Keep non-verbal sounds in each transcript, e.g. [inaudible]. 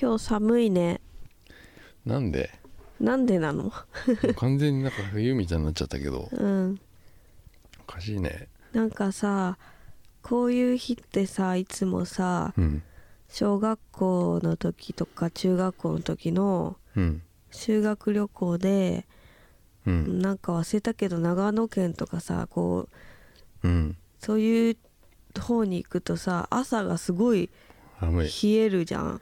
今日寒いねなん [laughs] でなんでなのもう完全になんか冬みたいになっちゃったけどうんおかしいねなんかさこういう日ってさいつもさうん小学校の時とか中学校の時のうん修学旅行でうんなんか忘れたけど長野県とかさこううんそういう方に行くとさ朝がすごい寒い冷えるじゃん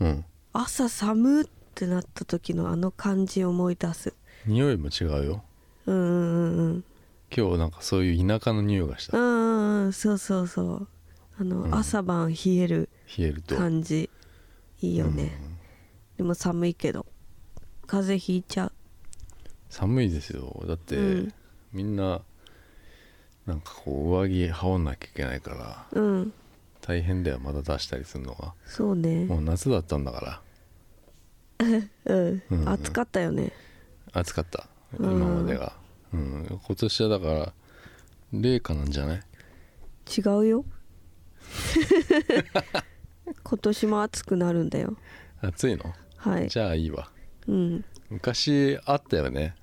うん朝寒ってなった時のあの感じを思い出す匂いも違うようんうんうんうん今日なんかそういう田舎の匂いがしうたんうんうんそうそうそうあの、うん朝晩冷える冷えると感じいいよね、でも寒いけど風邪ひいちゃう寒いですよだって、うんみんななんかこう上着羽織んなきゃいけないかうらん大変だよまだ出したりするのがそうねもう夏だったんだからうん、うん暑かったよね暑かったうん今までが、うん、今年はだから冷夏なんじゃない違う [laughs] よ今年も暑くなるんだよ暑いのはいじゃあいいわうん昔あったよね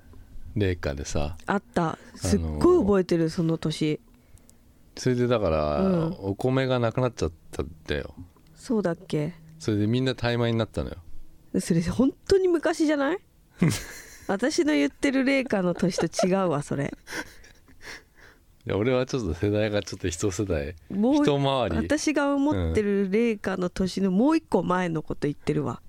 冷夏でさあったすっごい覚えてるその年それでだから、うんお米がなくなっちゃったんだよそうだっけそれでみんな怠慢になったのよそれ本当に昔じゃない [laughs] 私の言ってる霊下の年と違うわそれで俺はちょっと世代がちょっと一世代もう一回り私が思ってる霊下の年のもう一個前のこと言ってるわ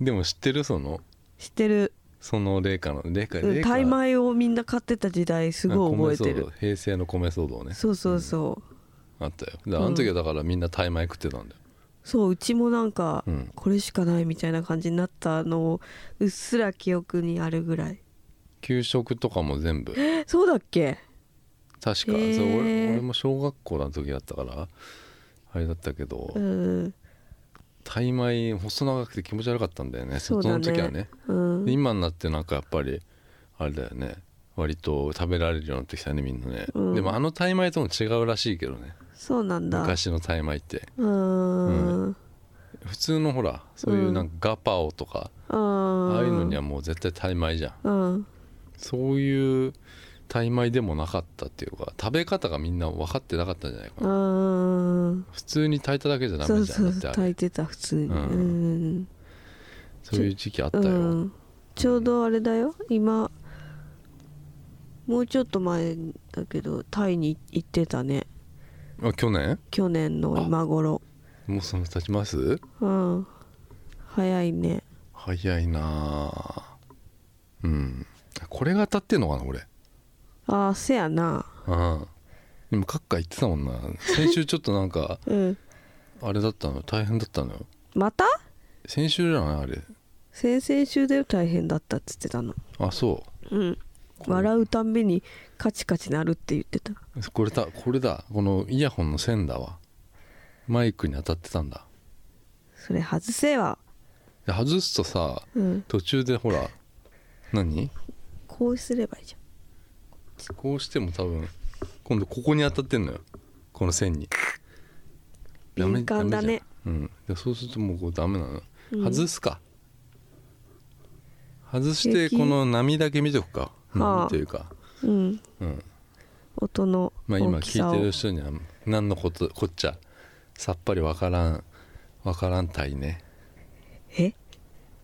でも知ってるその知ってるその冷夏の冷夏うん冷夏タイ米をみんな買ってた時代すごい覚えて米騒る動平成の米騒動ねそうそうそうあったよであの時はだからみんなタイ米食ってたんだよそううちもなんかうんこれしかないみたいな感じになったのをうっすら記憶にあるぐらい給食とかも全部確かえそうだっけそうへー俺俺も小学校の時だったからあれだったけど、うんタイ米細長くて気持ち悪かったんだよねそうだねの時はねうんで今になってなんかやっぱりあれだよね割と食べられるようになってきたねみんなね、うんでもあのタイ米とも違うらしいけどねそうなんだ昔のタイ米ってうーん普通のほらそういうなんかガパオとか、あああいうのにはもう絶対タイ米じゃんうんそういうタイ米でもなかったっていうか食べ方がみんな分かってなかったんじゃないかな、うん普通に炊いただけじゃダそメうじゃんそうだってあ炊れいてた普通にううんんそういう時期あったうよ、んちょうどあれだよ今もうちょっと前だけどタイに行ってたねあ去年去年の今頃もうその経ちますうん早いね早いなあうんこれが当たってんのかな俺ああせやなうんでもカッカ言ってたもんな先週ちょっとなんか [laughs] うんあれだったの大変だったのよまた先週じゃないあれ先々週で大変だったっつってたのあそうん笑うたんびにカチカチ鳴るって言ってたうこれだこれだこのイヤホンの線だわマイクに当たってたんだそれ外せはで外すとさうん途中でほら何こうすればいいじこうしても多分今度ここに当たってんのよこの線にゃん敏感だねダメじゃんうんでそうするともうこうダメなの、うん外すか外してこの波だけ見とくかはあ波というか、うんうん音のまあ、今大きさ聞を、いてる人には何のことこっちゃさっぱりわからんわからんたいねえ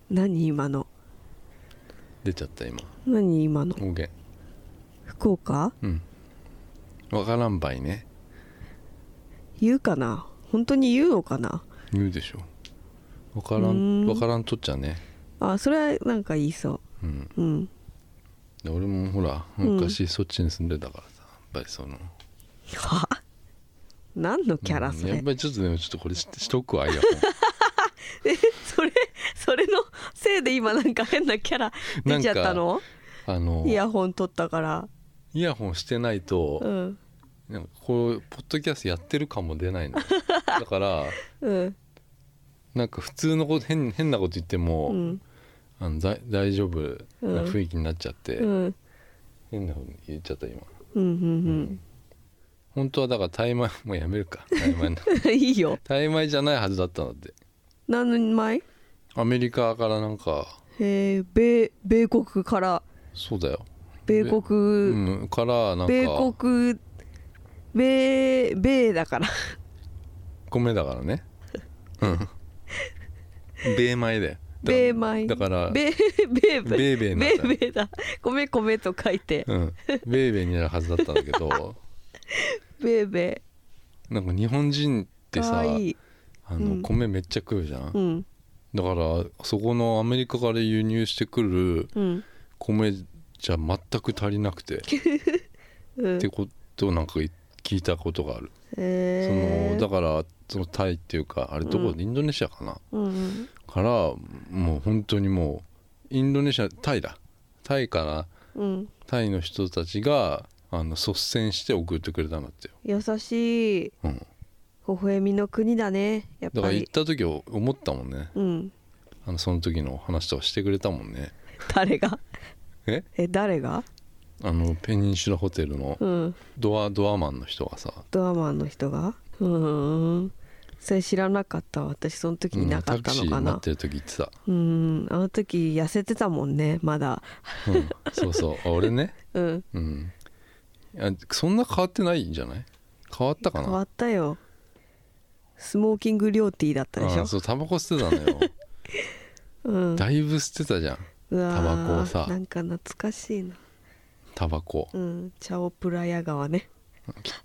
何今の出ちゃった今何今の方言福岡うんわからんばいね言うかな本当に言うのかな言うでしょわからうーんんわからんとっちゃねあそれはなんか言いそうんううんで俺もほらうん昔そっちに住んでたからさ、やっぱりそのは何のキャラうんそやっれ、ぱりちょっとでもちょっとこれししとくわよえそれそれのせいで今なんか変なキャラ出ちゃったの [laughs] あのイヤホン取ったからイヤホンしてないと、うんなんかこうポッドキャストやってる感も出ないの [laughs] だからうんなんか普通のこと変変なこと言っても、うんあのだ大丈夫な雰囲気になっちゃって、うんうん変なこと言っちゃった今うんうん本当はだから怠慢もう [laughs] やめるか怠慢ないいよ怠慢じゃないはずだったのって何の前アメリカからなんかへえ米米国からそうだよ米国、うん、からなん米か国米米だから米だからねうん米米で米米だから米米ベーベーになった米米だ米米と書いてうんベーベーになるはずだったんだけ [laughs] ど米米なんか日本人ってかさわいいあうのん米めっちゃ食うじゃん、うんだからそこのアメリカから輸入してくるうん米じゃ全く足り [laughs] なくてっうんてことをなんか聞いたことがある、そへえのだからそのタイっていうかあれどこ、うんインドネシアかなうんからもう本当にもうインドネシアタイだタイからうんタイの人たちがあの率先して送ってくれたんだってよ、優しいうん、微笑みの国だねやっだかぱら行っりた時お思ったもんねうんあのその時の話とかしてくれたもんね誰がええ誰があのペニンシュラホテルのうんドアドアマンの人がさドアマンの人がうーんそれ知らなかったわ私その時ういんなかっタクたシーのかにななってる時言ってた、うんあの時痩せてたもんねまだうん、そうそうあ俺ねうんうんいやそんな変わってないんじゃない変わったかな変わったよスモーキング料ティーだったでしあょそうタバコ捨てたのよ [laughs] うんだいぶ捨てたじゃんうわータバコをさなんか懐かしいなタバコうんチャオプラヤ川ね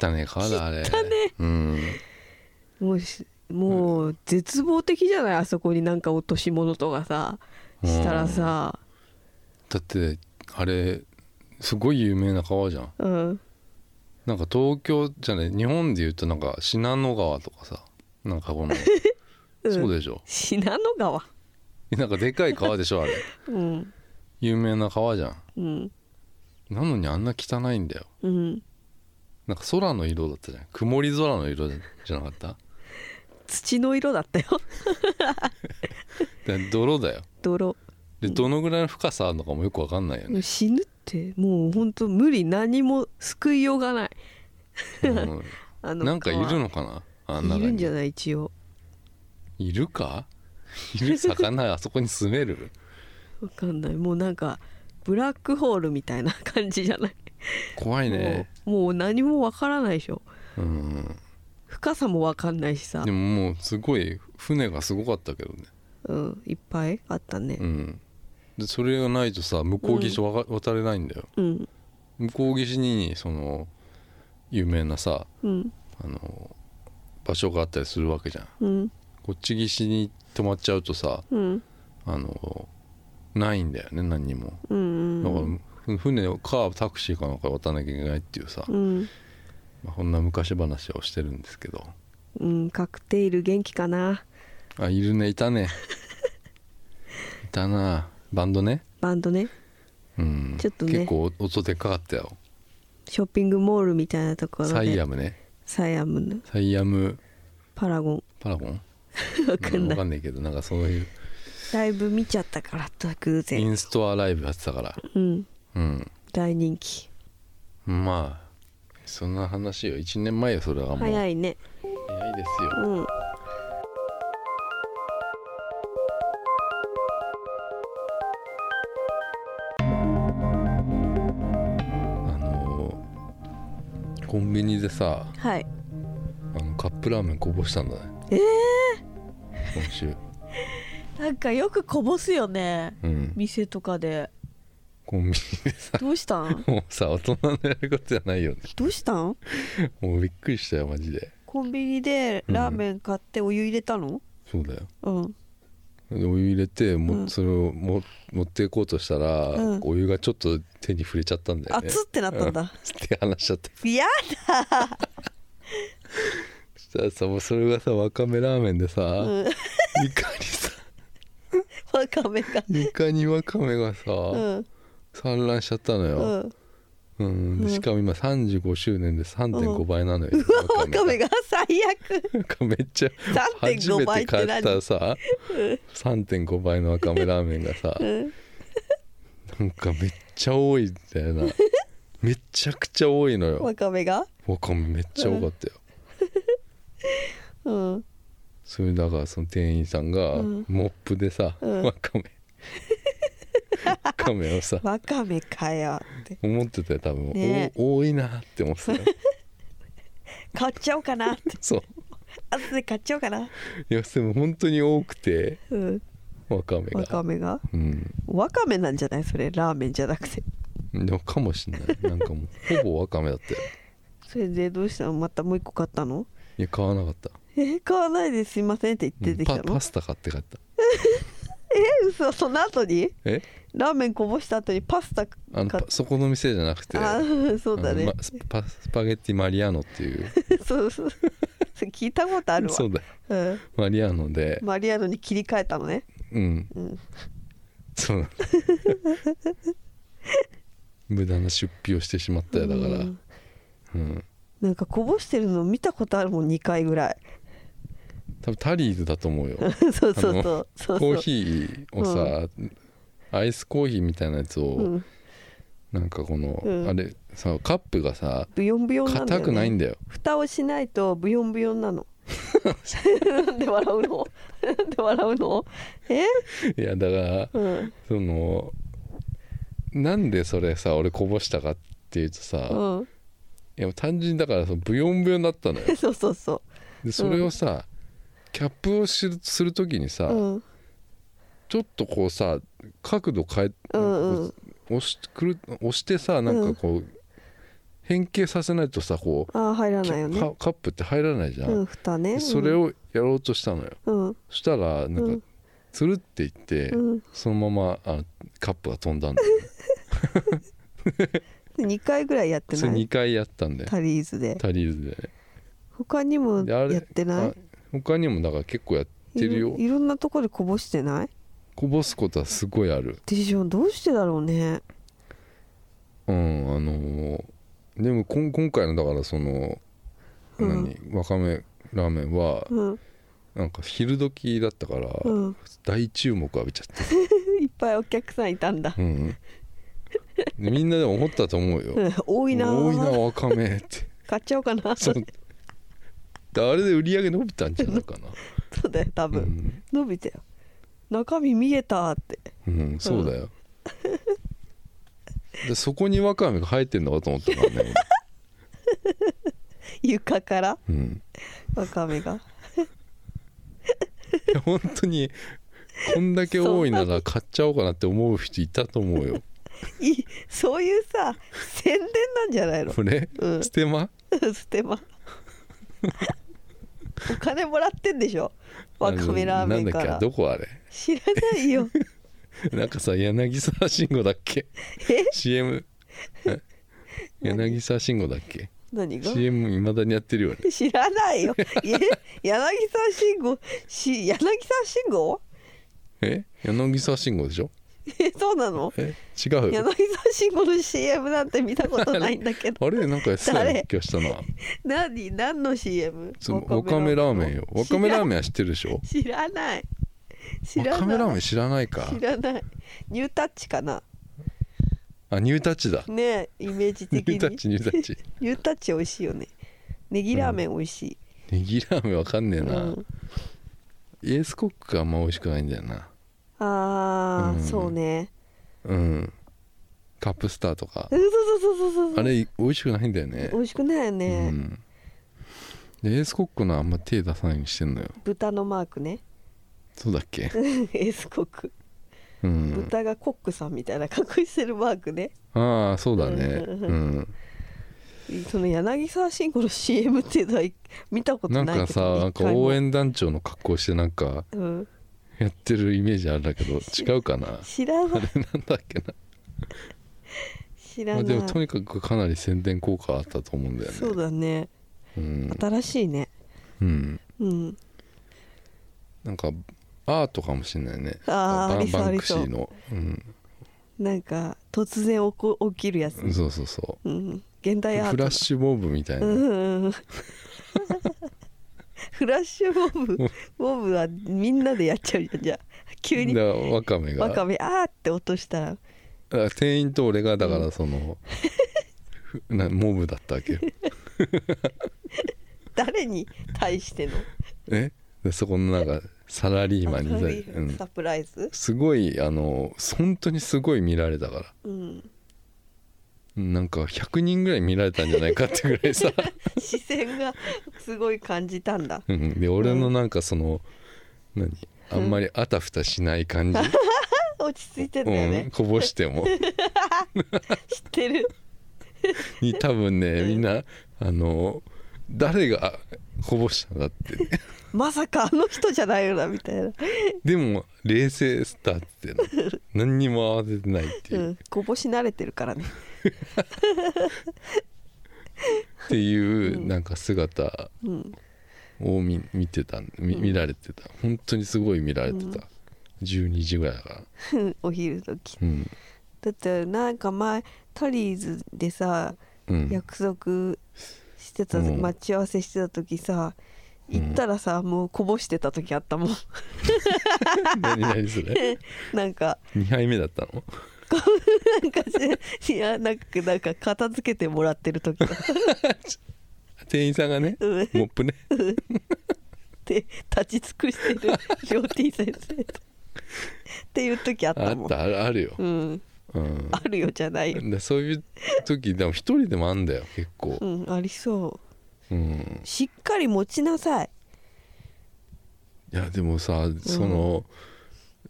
汚ねえ川だあれ汚ねうんもうしもう絶望的じゃないあそこになんか落とし物とかさしたらさだってあれすごい有名な川じゃんうんなんか東京じゃない日本で言うとなんか信濃川とかさなんかこ [laughs] の、うんそうでしょ信濃川なんかでかい川でしょあれうん有名な川じゃんうんなのにあんな汚いんだようんなんか空の色だったじゃん曇り空の色じゃなかった土の色だったよ [laughs] で泥だよ泥でどのぐらいの深さあるのかもよくわかんないよもねう、死ぬってもうほんと無理何も救いようがないうんあのなんかいるのかなあんないるんじゃいない一応いるかいる魚あそこに住めるわかんないもうなんかブラックホールみたいな感じじゃない、怖いねもうもう何もわからないでしょうん深さもわかんないしさで、ももうすごい船がすごかったけどねうん、いっぱいあったねうんでそれがないとさ向こう岸わか渡れないんだようん向こう岸にその有名なさうんあの場所があったりするわけじゃんうんこっち岸に止まっちゃうとさうんあのないんだよね何にもうだからんふ船をかタクシーかなんか渡らなきゃいけないっていうさ、うん、まあ、こんな昔話をしてるんですけどうん、カクテイル元気かなあいるねいたねいたなバンドねバンドねうんちょっとね結構音でかかったよショッピングモールみたいなところでサイアムねサイアムのサイアムパラゴンパラゴンわかんわないかんないけどなんかそういうライブ見ちゃったからと偶イ然ンストアライブやってたからうんうん大人気まあそんな話よ1年前よそれはもう早いいね早いですようんあのーコンビニでさはいあのカップラーメンこぼしたんだねえ今週なんかよくこぼすよねうん店とかでコンビニでさどうしたんもうさ大人のやることじゃないよねどうしたんもうびっくりしたよマジでコンビニでラーメン買ってお湯入れたのそうだようんでお湯入れても、うんそれをも持っていこうとしたら、うんお湯がちょっと手に触れちゃったんだよね熱ってなったんだって話しちゃっていやそしたらさもうそれがさわかめラーメンでさ、うんいかにさわかめがいかにわかめがさ、うん散乱しちゃったのうよ、んうんでしかも今35周年で3.5倍なのよ、わかめが最悪なんかめっちゃ初3.5め倍てって買何ったさ3.5倍のわかめラーメンがさうんなんかめっちゃ多いんだよなめちゃくちゃ多いのよわかめがわかめめっちゃ多かったようんそれだからその店員さんがうんモップでさ、うんわかめ [laughs] わかめをさわかめかよって思ってたよ多分、ねお多いなって思ってたよ [laughs] 買っちゃおうかなってそう後で買っちゃおうかないやでも本当に多くてうんわかめがわかめがうんわかめなんじゃないそれラーメンじゃなくてでもかもしんないなんかもうほぼわかめだったよそれでどうしたのまたもう一個買ったのいや買わなかったえ買わないですいませんって言っててきたパの、パスタ買って帰ったえ嘘その後にえラーメンこぼした後にパスタあの買っパそこの店じゃなくてあそうだあねのまスパスパゲッティマリアーノっていう [laughs] そうそうそれ聞いたことあるわそうだようん、マリアーノで、マリアーノに切り替えたのねうんうんそう [laughs] なんだ無駄な出費をしてしまったよだから、うんうん、なんかこぼしてるの見たことあるもん2回ぐらい [laughs] 多分タリーズだと思うよそうそうそうあのそう [laughs] そうコーヒーをさ、アイスコーヒーみたいなやつを、うん、なんかこの、うんあれさカップがさブヨンブヨンなんだよ、硬ね、くないんだよ蓋をしないとブヨンブヨンなの [laughs] なんで笑うの [laughs] なんで笑うのえいやだからうんそのなんでそれさ俺こぼしたかっていうとさ、いうんや単純にだからそのブヨンブヨンだったのよそうそうそでそれをさ、キャップをしする時にさ、ううんちょっとこうさ角度変えうんうん押しくる押してさなんかこう、変形させないとさこうあー入らキないよャねカカップって入らないじゃん、うん蓋ねでそれををやろうとしたのようんそしたらなんか、うんつるっていって、うんそのままあカップが飛んだ [laughs] んだよね2回ぐらいやってそれな2い回やったんだよタリーズでタリーズでね他にもであれやってないあ他にもだから結構やってるよいろいろんなとこでこぼしてないこぼすことはすごいあるでしょどうしてだろうねうんあのーでもこん今回のだからその、うん何わかめラーメンはうんなんか昼時だったから、うん大注目浴びちゃっいっぱいお客さんいたんだた、うん、でみんなでも思ったと思うよ、うん多いな多いなわかめって [laughs] 買っちゃおうかなそそうだあれで売り上げ伸びたんじゃないかなうだよ多う分、ん、伸びたよ中身見えたってうん、そうだよ、でそこにわかめが生えてんのかと思ったからね、床からうん、わかめがいや本当にこんだけ多いなら買っちゃおうかなって思う人いたと思うよいいそういうさ宣伝なんじゃないの [laughs] これ、うんステマステマお金もらってんでしょわかめラーメンかあのならんだっけどこあれ知らないよなんかさ柳沢慎吾だっけえ CM え柳沢慎吾だっけ何 [laughs] が CM いまだにやってるよ [laughs] ね知らないよえ柳沢慎吾し柳沢慎吾え柳沢慎吾でしょえそうなのえ違う柳沢慎吾の CM なんて見たことないんだけどあれなんかやってたような誰気がしたな何何の CM? そうわかめラーメンよわかめラーメンは知ってるでしンょ知らない知わらないかめラーメン知らないか知らないニュータッチかなあニュータッチだねえイメージニ的にュータッチニュータッチニュータッチ美味しいよねネギラーメン美味しい、ネギラーメンわかんねえうんな、イエスコックがあんま美味しくないんだよなあー、うんそうねうんカップスターとかうんそうそうそうそうそうあれ美味しくないんだよね美味しくないようね、んでエースコックのあんま手出さないようにしてんのよ豚のマークねそうだっ [laughs] けエースコック、うん豚がコックさんみたいな格好してるマークねああそうだねううんその柳沢慎吾の CM っていうのは見たことなないんけどかさなん一か回も応援団長の格好してなんかうん、やってるイメージあるんだけど違うか [laughs] な知らあ [laughs] ないれなんだっけな知まらあ、なでい、もとにかくかなり宣伝効果あったと思うんだよねそうだねうん、新しいねうん、うんなんかアートかもしれないねあーバあンりそうバあンりクシそうーのうん、なんか突然起こ起きるやつ、そうそうそうん、現代アーうトフラッュシュモブみたいな、うんうん [laughs] うんフラッシュモブモブはみんなでやっちゃうじゃんじゃあ急にだからワカメがわかめあーって落としたらだから店員と俺がだからその、ふなモブ [laughs] だったわけよ誰に対してのえでそこのなんかサラリーマンあにサさ、ビうーん、サプライズすごいあの本当にすごい見られたからうんうんなんか100人ぐらい見られたんじゃないかってぐらい [laughs] さ、視線がすごい感じたんだうん、で俺のなんかその何あんまりあたふたしない感じ、落ち着いてんうだよね、ん、こぼしても知ってるに多分ねみんなあの誰がこぼしたんだって [laughs] まさかあの人じゃないよなみたいな、でも冷静スタートっていうの何にも慌ててないっていうう、っん、こぼし慣れてるからね [laughs] ていううんなんか姿うんを見見てた見うん見られてた本当にすごい見られてた、うん12時ぐらいだから、お昼時うんだってなんか前タリーズでさうん、約束してた時、うん待ち合わせしてた時さうん行ったらさ、もうこぼしてた時あったもん [laughs] 何何それなんか2杯目だったのなんかしいやなんかなんか片付けてもらってる時だ店員さんがねうんっモップねて立ち尽くしてる両 T 先生とっていう [laughs] 時あっあたっもんたあるあるよ、うんうんあるよじゃないよでそういう時でも一人でもあんだよ結構う、んありそううん、しっかり持ちなさいいやでもさその、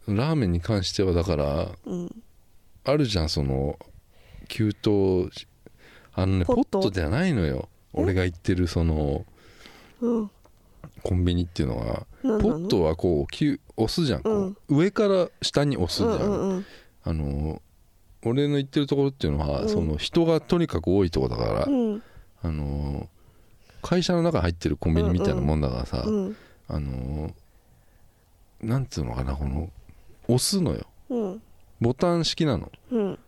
ラーメンに関してはだからうんあるじゃんその給湯あのねポポッットトじゃないのよえ俺が行ってるそのうんコンビニっていうのは何なのポットはこうきゅ押すじゃん、こう上から下に押すうじゃんん、うんうんあの俺の行ってるところっていうのは、うんその人がとにかく多いとこだから、うんあの会社の中入ってるコンビニみたいなもんだからさ、うんあのなんつうのかなこの押すのようんボタン式なのうん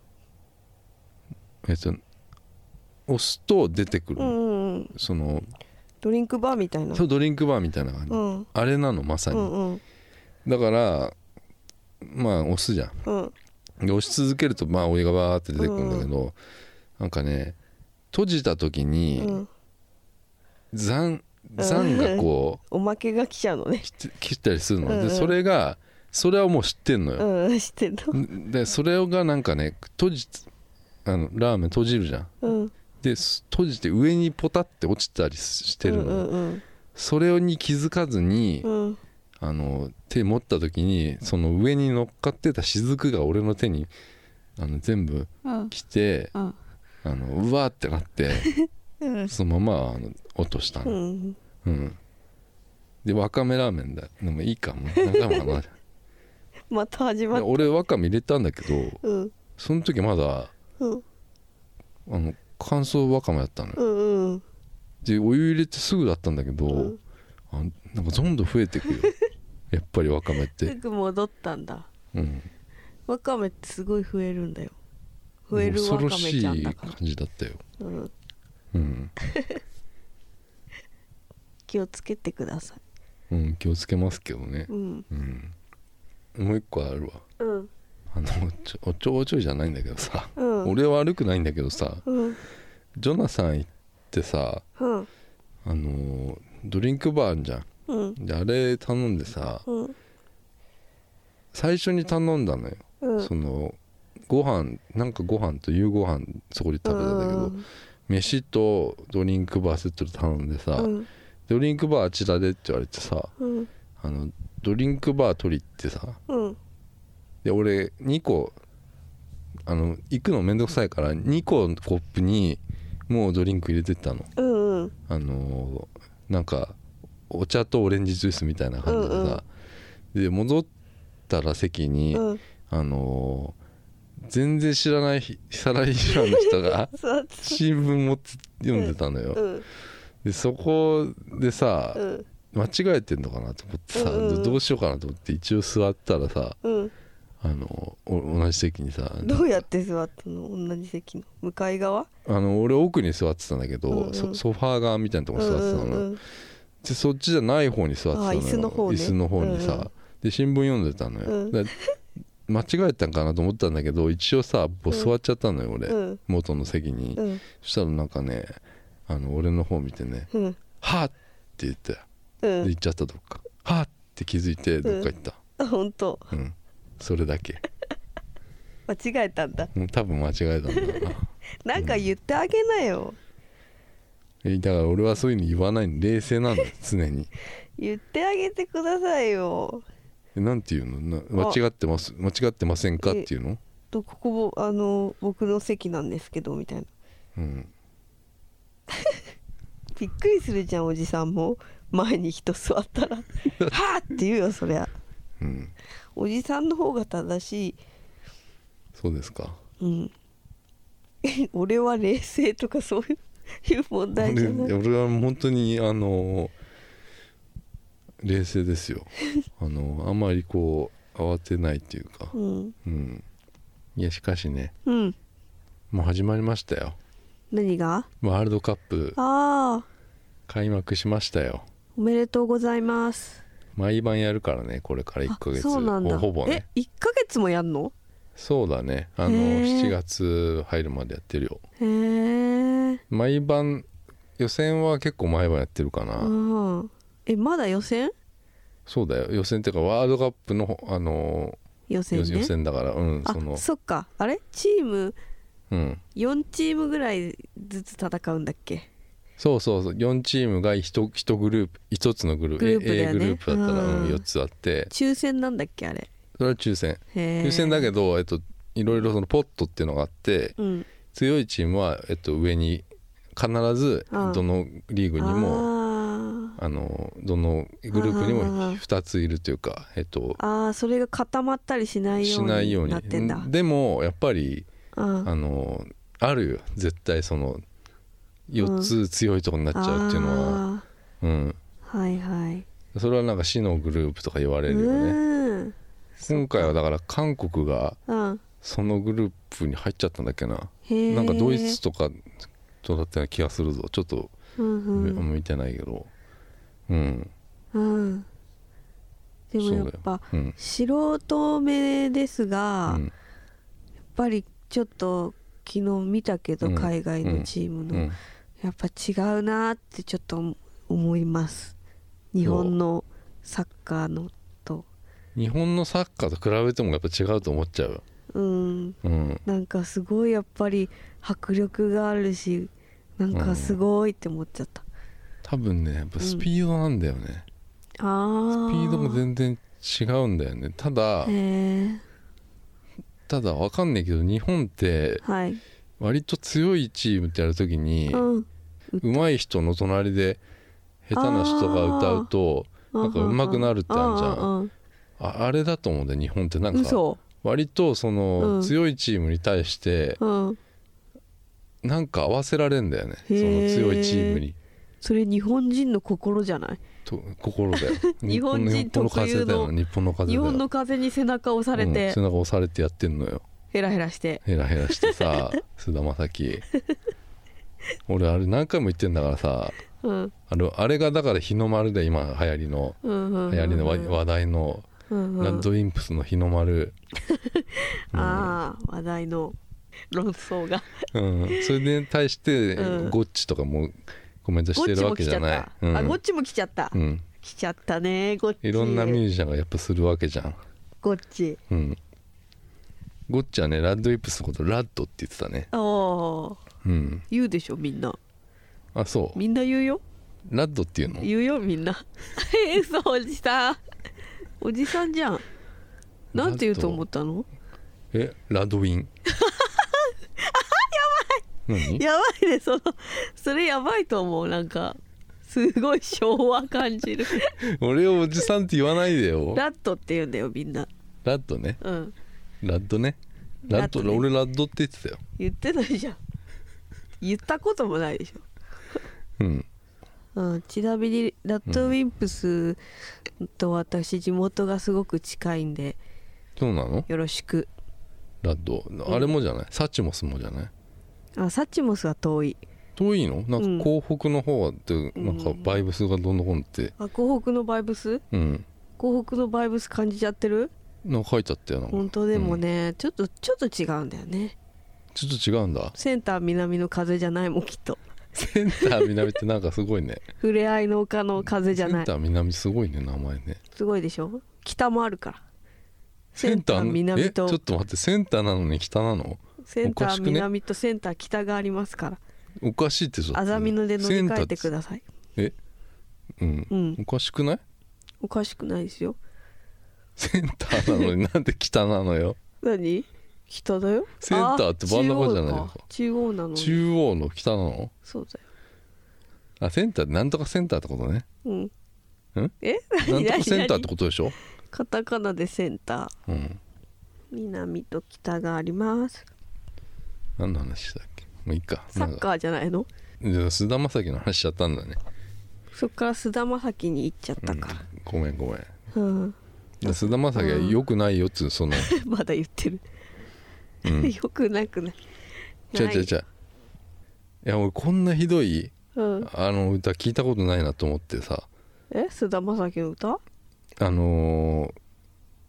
えっと押すと出てくるうの、んうんそのドリンクバーみたいなそうドリンクバーみたいな感じ、うんあれなのまさうに、んうんだからまあ押すじゃんうんで押し続けるとまあお湯がバーって出てくるんだけど、なんかね閉じた時うにん残残がこおまけが来ちゃうのねう切って切ったりするの、うんうでんそれがそれはもう知ってんのよ、うん知ってんのでそれがなんかね閉じあのラーメン閉じるじゃんうんです閉じて上にポタって落ちたりしてるのよ、うんうんそれに気づかずに、うんうんあの手持った時にその上に乗っかってた雫が俺の手にあの全部うん来てうんあのうわーってなって [laughs] うんそのままあの落としたうの、んうん、でわかめラーメンだでもいいか [laughs] もう何回も話また始までっ俺わかめ入れたんだけどうんその時まだうんあの乾燥わかめだったのようんうんでお湯入れてすぐだったんだけど、うんあなんかどんどん増え [laughs] てくよやっぱりわかめっすて、ぐ戻ったんだうん、わかめってすごい増えるんだよ増えるわ恐かろめしちゃんいだ感からじだったよ、うんうん気をつけてくださいうん、気をつけますけどね、うんうん、もう一個あるわうんあのちょおちょぼちょいじゃないんだけどさ、うん俺は悪くないんだけどさうんジョナサン行ってさうんあのードリンクバーあるじゃんうんであれ頼んでさうん最初に頼んだのよ、うんそのご飯なんかご飯と夕ご飯そこで食べたんだけど、飯とドリンクバーセットで頼んでさ、うんドリンクバーあちらでって言われてさうんあのドリンクバー取り行ってさうんで俺2個あの行くのめんどくさいから2個のコップにもうドリンク入れてったのうんうんあのーなんかお茶とオレンジジュースみたいな感じでさ、で戻ったら席に、うんあのー全然知らないひサラリーマンの [laughs] 人がそう新聞持って読んでたのよ、うんでそこでさ、うん間違えてんのかなと思ってさ、うんうんうんどどうしようかなと思って一応座ったらさうんあのお同じ席にさどうやって座ったの同じ席の向かい側あの俺奥に座ってたんだけど、うんうんソソファー側みたいなとこに座ってたの、うんうんでそっちじゃない方に座ってたのよあー椅子の方ね椅子の方にさ、うんうんで新聞読んでたのよ、うんだ間違えたんかなと思ったんだけど一応さぼ座っちゃったのよ俺、うん元の席に、うんそしたらなんかねあの俺の方見てねうん「はっ!」って言ってうでん行っちゃったとこか「はっ!」っって気づいてどっか行った、あ本当うんそれだけ間違えたんだうん多分間違えたんだろうななんか言ってあげなよえだから俺はそういうの言わないの冷 [laughs] 静なんだよ常に言ってあげてくださいよえなんていうのなあ間違ってます間違ってませんかっていうのとここもあの僕の席なんですけどみたいなうんびっくりするじゃんおじさんも前に人座った [laughs] ら「はあ!」って言うよそりゃうんおじさんの方が正しいそうですかうん [laughs] 俺は冷静とかそういういう問題じゃない俺俺は本当にあの冷静で [laughs] すよあのあんまりこう慌てないっていうかうんうんいやしかしねうんもう始まりましたよ何がワールドカップああ開幕しましたよおめでとうございます毎晩やるからねこれから1ヶあ月そうなんだほぼねえ1ヶ月もやんのそうだねあのへー7月入るまでやってるよへえ毎晩予選は結構毎晩やってるかな、うんえまだ予選そうだよ予選っていうかワールドカップのあの予選ね予選だからうんあそのそっかあれチームうん4チームぐらいずつ戦うんだっけそうそうそう4チームが 1, 一グループ1つのグループグループだよ A ねグループだったら、うんうん、4つあって抽選なんだっけあれそれは抽選へえ抽選だけどど、えっと、いろいろそのポットっていうのがあってうん強いチームは、えっと、上に必ずうんどのリーグにあもーあのどのグループにうんうんうもん2ついるというか、えっと、あーそれが固まったりしないよしないうようにになってんだうんでもやっぱりああのあるよ絶対その4つ強いとこになっちゃうっていうのは、うんーはいはいそれはなんか死のグループとか言われるよねうん今回はだから韓国がうんそのグループに入っちゃったんだっけなへえなんかドイツとかとだったような気がするぞちょっとうん見,、うんてないけどうんうんでもやっそうだぱうん素人目ですが、うやっんぱりちょっと昨日見たけど、うん海外のチームの、うんやっぱ違うなってちょっと思います日本のサッカーのと日本のサッカーと比べてもやっぱ違うと思っちゃううんうんなんかすごいやっぱり迫力があるしなんかすごいって思っちゃった、多分ねやっぱスピードなんだよね、ああスピードも全然違うんだよねただへえただわかんないけど日本ってはい、割と強いチームってやるときにうん上手い人の隣で下手な人が歌うとなんか上手くなるってあるじゃんうんああれだと思うんだよ日本ってなうんんか嘘割とそうのん強いチームに対してうんなんか合わせられんだよねそへのー強いチームにそれ日本人の心じゃないと心 [laughs] だよ日本人日本の風だ特よ有の日本の風だ日よ本の風に背中を押されうてん背中押されてやってんのよヘラヘラしてヘラヘラしてさ菅田将 [laughs] 暉俺あれ何回も言ってんだからさうんあれあれがだから日の丸で今流行りのうんうんうん流行りのうんわ話題のうんラッドインプスの日の丸、うんああ話題の論争がうんそれに対してうんゴッチとかもコメントしゴッてるチわもけ来じちゃゃっないた、うんあゴッチも来ちゃったうん来ちゃったねゴッチいろんなミュージシャンがやっぱするわけじゃん、ゴッチうん、ゴッチはねラッドインプスのことラッドって言ってたねああうん言うでしょみんなあそうみんな言うよラッドっていうの言うよみんな [laughs] え嘘おじさんおじさんじゃんなんて言うと思ったのえラドウィンやばい何 [laughs] やばいねそのそれやばいと思うなんかすごい昭和感じ [laughs] る俺をおじさんって言わないでよラットって言うんだよみんなラッドねうんラッドねラッドラッドね俺ラッドって言ってたよ言ってないじゃん言ったこともないでしょうんうん、ちなみにラッドウィンプスと私地元がすごく近いんでそうなのよろしくラッドあれもじゃない、サチモスもじゃないあサチモスは遠い遠いのなうんんか港北の方ってなんかバイブスがどんどんってあ港北のバイブスうん港北のバイブス感じちゃってるなんか書いてあったよなんか本当でもね、ちょっとちょっと違うんだよねちょっと違うんだセンター南の風じゃないもんきっとセンター南ってなんかすごいね触れ合いの丘の風じゃないセンター南すごいね名前ねすごいでしょ北もあるからセンターセンター南とえちょっと待ってセンターなのに北なのセンタおかーしくね南とセンター北がありますからおかしいってあざみので乗り換えてくだださいえうん、うんおかしくないおかしくないですよセンターなのになんで北なのよ何北だよセンターって真ん中じゃないのあか中央なのに中央の北なのそうだよあセンターってなんとかセンターってことねうんんえな [laughs] 何んとか何センターって何ことでしょ、カタカナでセンターうん、南と北があります何の話だっけもういいかサッーカーじゃないのじゃあ菅田将暉の話しちゃったんだね、そっから菅田将暉に行っちゃっうたんか、ごめんごめんうん、 [laughs] で菅田将暉は良くないよっつうその、まだ言ってる、 [laughs] うん、よくなくないちゃちゃちゃいや俺こんなひどいうん、あの歌聞いたことないなと思ってさえ菅田将暉の歌あの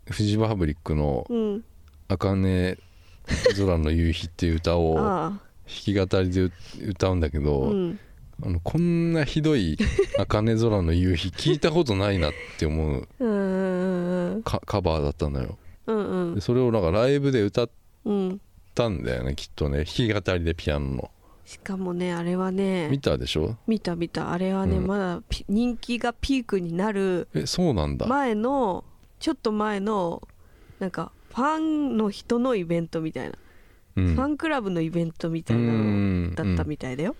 ーフジファブリックのうん「茜空の夕日」っていう歌を弾あき語りで歌うんだけあど、うんあのこんなひどい [laughs] 「茜空の夕日」聞いたことないなって思ううーんカカバーだったのようんうんでそれをなんかライブで歌っうんたんだよねきっとね弾き語りでピアノのしかもねあれは見ねたでしょ見た見たあれはね、うんまだピ人気がピークになるえそうなんだ、前のちょっと前のなんかファンの人のイベントみたいな、うんファンクラブのイベントみたいなのんだったみたいだよ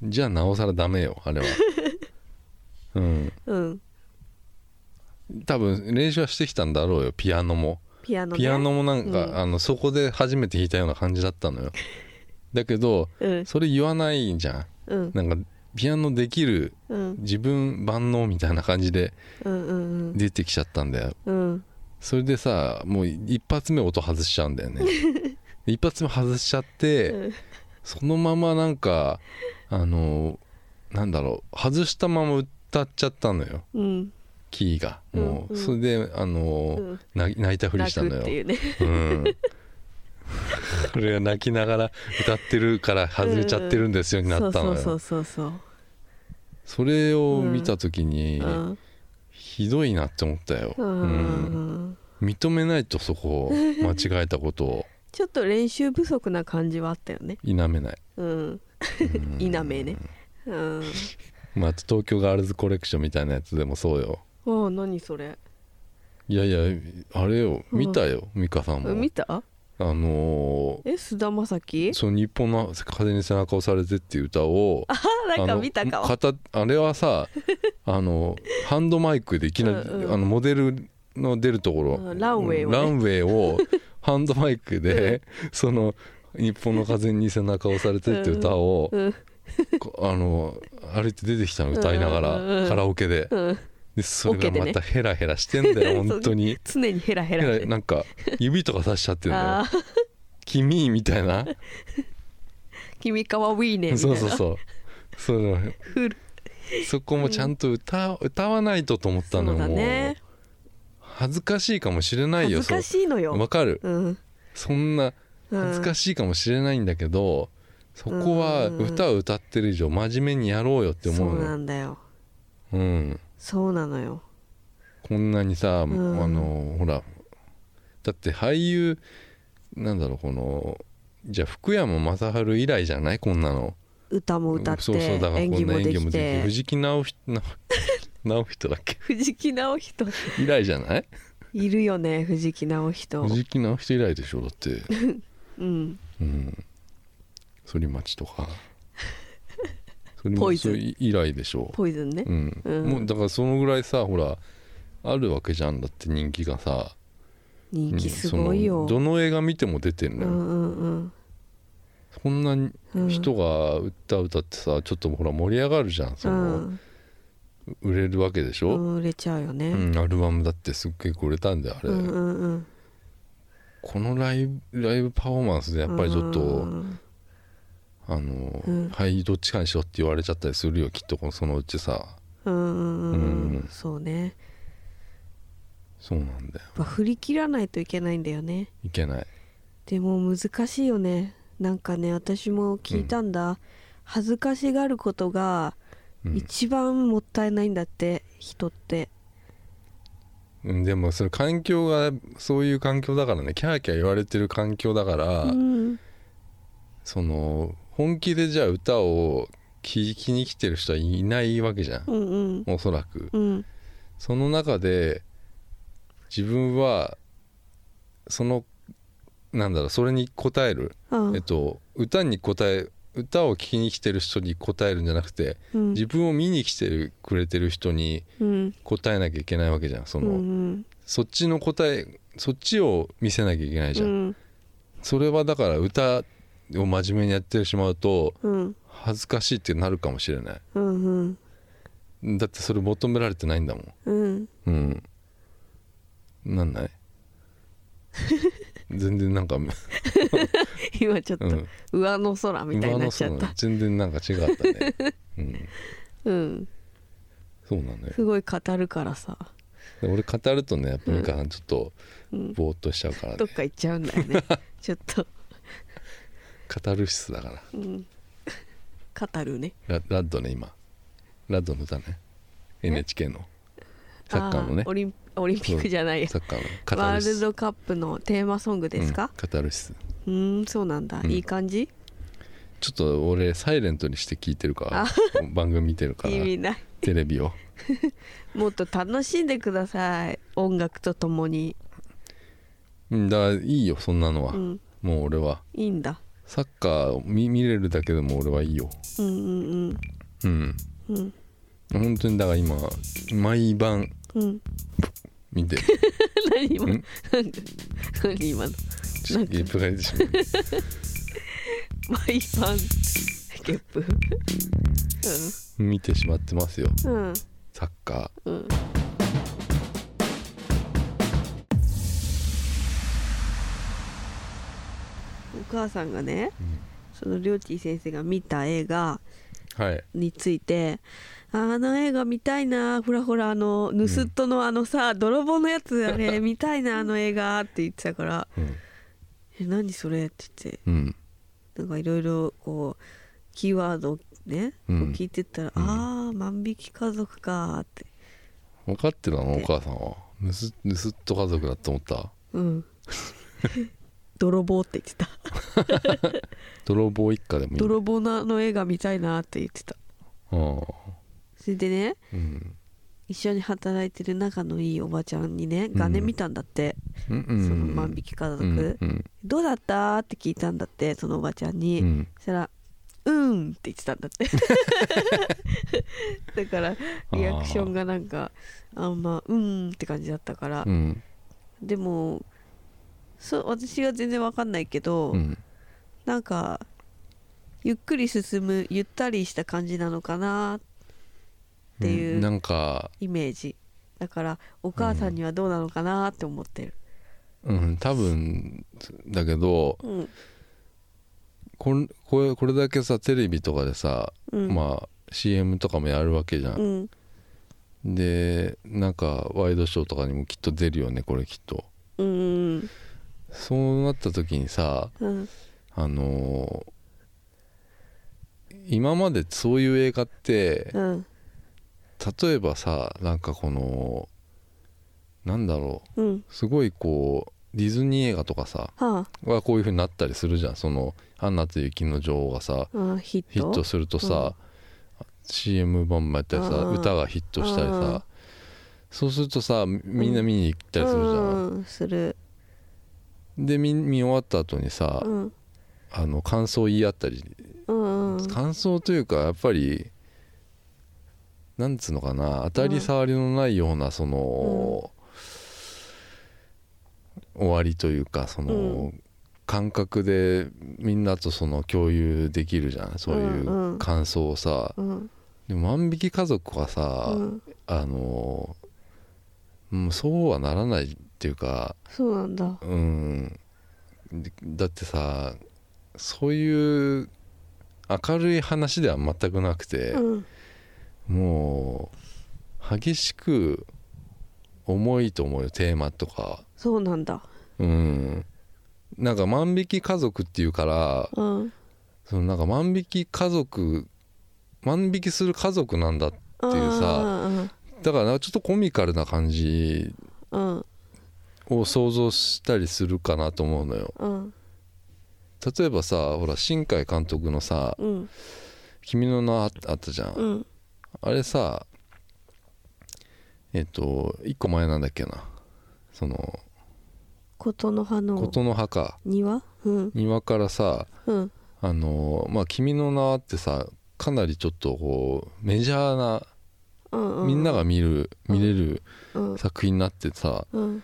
じゃあなおさらダメよ [laughs] あれはうんうん多分練習はしてきたんだろうよピアノもピアノ、ね、ピアノもなんか、うんあのそこで初めて弾いたような感じだったのよだけどうんそれ言わないじゃんうんなんかピアノできるうん自分万能みたいな感じでうんうん出てきちゃったんだようんうんそれでさもう一発目音外しちゃうんだ [laughs] よね一発目外しちゃって、うんそのままなんかあのなんだろう外したまま歌っちゃったのようんキーがもう、うんうんそれであの、うんな泣いたふりしたの楽ってよいうねうんこれが泣きながら歌ってるから外れちゃってるんですよになったのよ、そうそうそうそれを見た時に、そううんひどいなって思ったよ、ううんん認めないとそこを間違えたことをちょっと練習不足な感じはあったよね否めないうんうん否めねうんまあ、あと東京ガールズコレクションみたいなやつでもそうよああ何それいやいやあれようん見たよ美香さんも見たあのえ菅田将ー暉その日本の風に背中をされてっていう歌をあなんあかの見たかも片あれ [laughs] はさあのハンドマイクでいきなり、うんうんあのモデルの出るところ、うんランウェイをねランウェイをハンドマイクで、その日本の風に背中を押されてって歌を、うんこあの歩いて出てきたの歌いながら、うんうんうんカラオケでうんでそれオケがでまねたヘラヘラして [laughs] んだよ本当に常にヘラヘヘラしラてなんか指とかさしちゃってるのよああ「君」みたいな君かわウィーねみたいそうなそうそうそうなのよフルそこもちゃんと歌,、歌わないとと思ったそのうよだもうね恥ずかしいかもしれない恥よずかしいのそうよわかるうんそんな恥ずかしいしいかもしれないんだけど、そこはうん歌を歌ってる以上真面目にやろうよって思そううなのんだようん、そうなのよこんなにさ、んあのほらだって俳優なんだろうこのじゃあ福山雅治以来じゃないこんなの歌も歌ってそうそうだから演こ技んなも演で技もきできてる藤木直人直人だっけ藤木直人以来じゃないいるよね藤木直人藤木直人以来でしょだってうんうん反町 [laughs] とか反ポイズン町以来でしょポイズンねうん、うんもうだからそのぐらいさほらあるわけじゃんだって人気がさ人気すごうんいそのよどの映画見ても出てんうのんよ、うんうんこんなにうん人が歌歌ってさちょっとほら盛り上がるじゃんその、売れるわけでしうょ、ん売れちゃうよねうんアルバムだってすっげえ売れたんだよあれ、うんうんうんこのライブライブパフォーマンスでやっぱりちょっと、うんあの、うんはいどっちかにしろって言われちゃったりするよきっとそのうちさうんうんううんんそうねそうなんだよやっぱ振り切らないといけないんだよねいけないでも難しいよねなんかね私も聞いたんだ、恥ずかしがることがうん一番もったいないんだって、人ってうん、でもそれ環境がそういう環境だからねキャーキャー言われてる環境だから、うんその本気でじゃあ歌を聴きに来てる人はいないわけじゃん、うんうんおそらくうんその中で自分はそのなんだろうそれに応える、あえっと、歌に応え歌を聴きに来てる人に応えるんじゃなくてうん自分を見に来てるくれてる人にうん応えなきゃいけないわけじゃんそうんうの、んそっちの答えそっちを見せなきゃいけないじうゃん、んそれはだから歌を真面目にやってしまうとうん恥ずかしいってなるかもしれないうんだってそれ求められてないんだもんうんうんなん [laughs] ない全然なんか、うん、今ちょっと上の空みたいになっちゃっ馬のたそう全然なんか違ったね、うん、うんそうなんだよすごい語るからさで俺語るとねやっぱ美香さんちょっとうんぼーっとしちゃうからねどっか行っちゃうんだよ [laughs] ねちょっと、語る質だからうん、語るねララッドね今ラッドの歌ね NHK のサッカーのあねオリンオリンピックじゃないやサッカーのカタワルーシルスドカップのテーマソングですかうん、カタルシスうーんそうなんだ、うんいい感じちょっと俺サイレントにして聞いてるからあ番組見てるから意味ないテレビをもっと楽しんでください音楽とともにうんだからいいよそんなのは、うんもう俺はいいんだサッカーを見見れるだけでも俺はいいようんうんうんうんうん本当にだから今毎晩うん [laughs] 見て何今のん何今のちょっとゲップが出てしまう毎晩ゲップ見てしまってますようんうんサッカうんお母さんがねー、うんそのりょうちぃ先生が見た映画はいについて「あーあの映画見たいなほらほらあの盗っ人のあのさ、泥棒のやつあれ見たいなあの映画」って言ってたからうん、 「え何それ?」って言ってうん、なんかいろいろこうキーワードをね、こううん聞いてったら「うんああ万引き家族か」って分かってたのお母さんは盗盗っと家族だと思ったうん。泥棒って言ってた。泥棒一家でもいい泥棒なの映画見たいなって言ってた。あそれでね、あうん一緒に働いてる仲のいいおばちゃんにね、画面見たんだって、うんうそんの万引き家族。うんどうだったって聞いたんだって、そのおばちゃんに。うんうんそしたら、うんって言ってたんだ [laughs] って。だから、リアクションがなんか、あんま、うんって感じだったからう。んでも、そう私が全然わかんないけど、うんなんかゆっくり進むゆったりした感じなのかなっていううんなんかイメージだからお母さんにはどうなのかなって思ってるうん多分だけどうんこんこれこれだけさテレビとかでさ、うんまあ CM とかもやるわけじゃ、うんんでなんかワイドショーとかにもきっと出るよねこれきっとうんそうなった時にさうんあのー今までそういう映画ってうん例えばさなんかこのなんだろううんすごいこうディズニー映画とかさははこういう風になったりするじゃんその「アンナと雪の女王」がさああヒットヒットするとさ、CM バンバンやったりさうんうん歌がヒットしたりうんうんさそうするとさみみんな見に行ったりするじゃん、うんするで見見終わった後にさ、うんあの感想言い合ったり、うんうん感想というかやっぱりなんつうのかな当たり障りのないようなその、終わりというかその、う感覚でみんなとその共有できるじゃんそういんううんう感想をさ、うんでも万引き家族はさ、うんあのうんそうはならないっていうかそうなんだうんでだってさそういう明るい話では全くなくて、うんもう激しく重いと思うよテーマとかそうなんだうんなんか万引き家族っていうからうんそのなんか万引き家族万引きする家族なんだっていうさうんだからなんかちょっとコミカルな感じうんを想像したりするかなと思うのようん例えばさほら新海監督のさうん「君の名」ああったじゃん、うんあれさえっ、と一個前なんだっけなその琴の葉の琴の葉か庭うん庭からさうんあのまあ「君の名」ってさかなりちょっとこうメジャーなうんみんなが見る、うん見れるうん作品になってさうん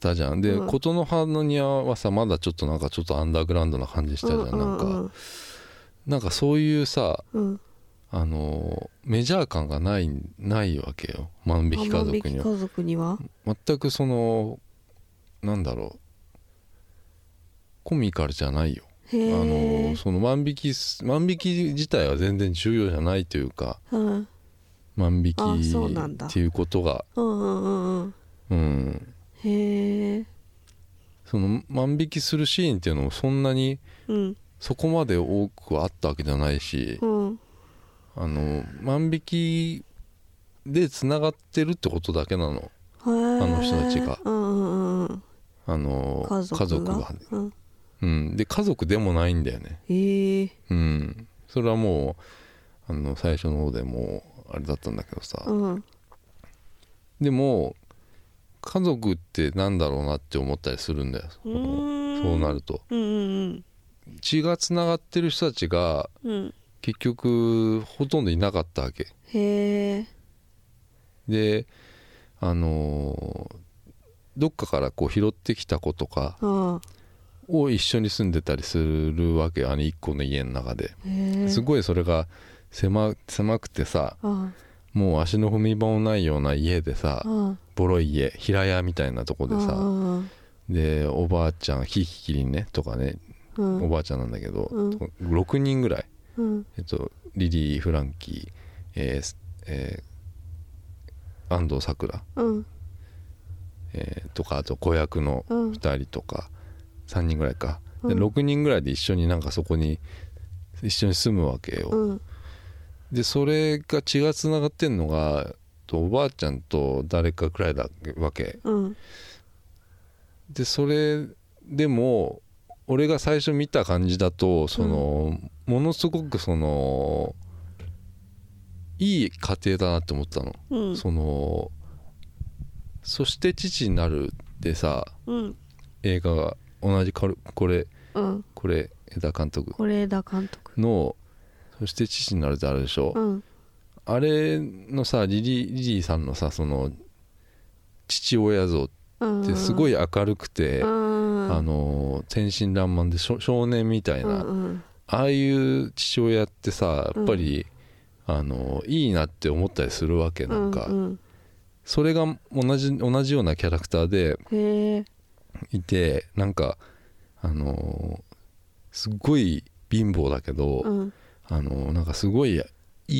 たじゃんで、うん琴の葉の庭はさまだちょっとなんかちょっとアンダーグラウンドな感じしたじゃん、なんか、なんかそういうさうんあのメジャー感がないないわけよ万引き家族にあ万は家族には全くそのなんだろうコミカルじゃないよへあのえその万引きす万引き自体は全然重要じゃないというかうん万引きあそうなんだっていうことがうんうんうんうんうんへえその万引きするシーンっていうのもそんなにうんそこまで多くはあったわけじゃないしう、んあの万引きでつながってるってことだけなのあの人たちがうんうんうんあの家族がうんうん、で家族でもないんだよね、へえうん、それはもうあの最初の方でもうあれだったんだけどさ、うんでも家族ってなんだろうなって思ったりするんだよそのそうなるるとうんうん血がつながってる人たちがうんうん結局ほとんどいなかったわけへえであのーどっかからこう拾ってきた子とかあを一緒に住んでたりするわけあの一個の家の中であへえすいごいそれが狭狭くてさあもう足の踏み場もないような家であさあボロい家平屋みたいなとこあであさあでおばあちゃんひいききりねとかねうおんばあちゃんなんだけど、うん6人ぐらい、うんえっと、リリー・フランキー、えーすえー安藤サクラ、うんえーとかあと子役のうん2人とか3人ぐらいか、うんで6人ぐらいで一緒になんかそこに一緒に住むわけよ、うんでそれが血がつながってんのがとおばあちゃんと誰かくらいだわけうんでそれでも俺が最初見た感じだとその、ものすごくそのいい家庭だなって思ったの、うんそのそして父になるってさうん映画が同じこれこれうんこれ江田監督是枝監督の「そして父になる」ってあるでしょ、うんあれのさリリーリリーさんのさその父親像っうんてすごい明るくて、うんあの天真爛漫で少少年みたいな、うんうんああいう父親ってさやっぱり、あのいいなって思ったりするわけなんか、ううんそれが同じ同じようなキャラクターでへえいてなんかあのすっごい貧乏だけど、うんあのなんかすごいい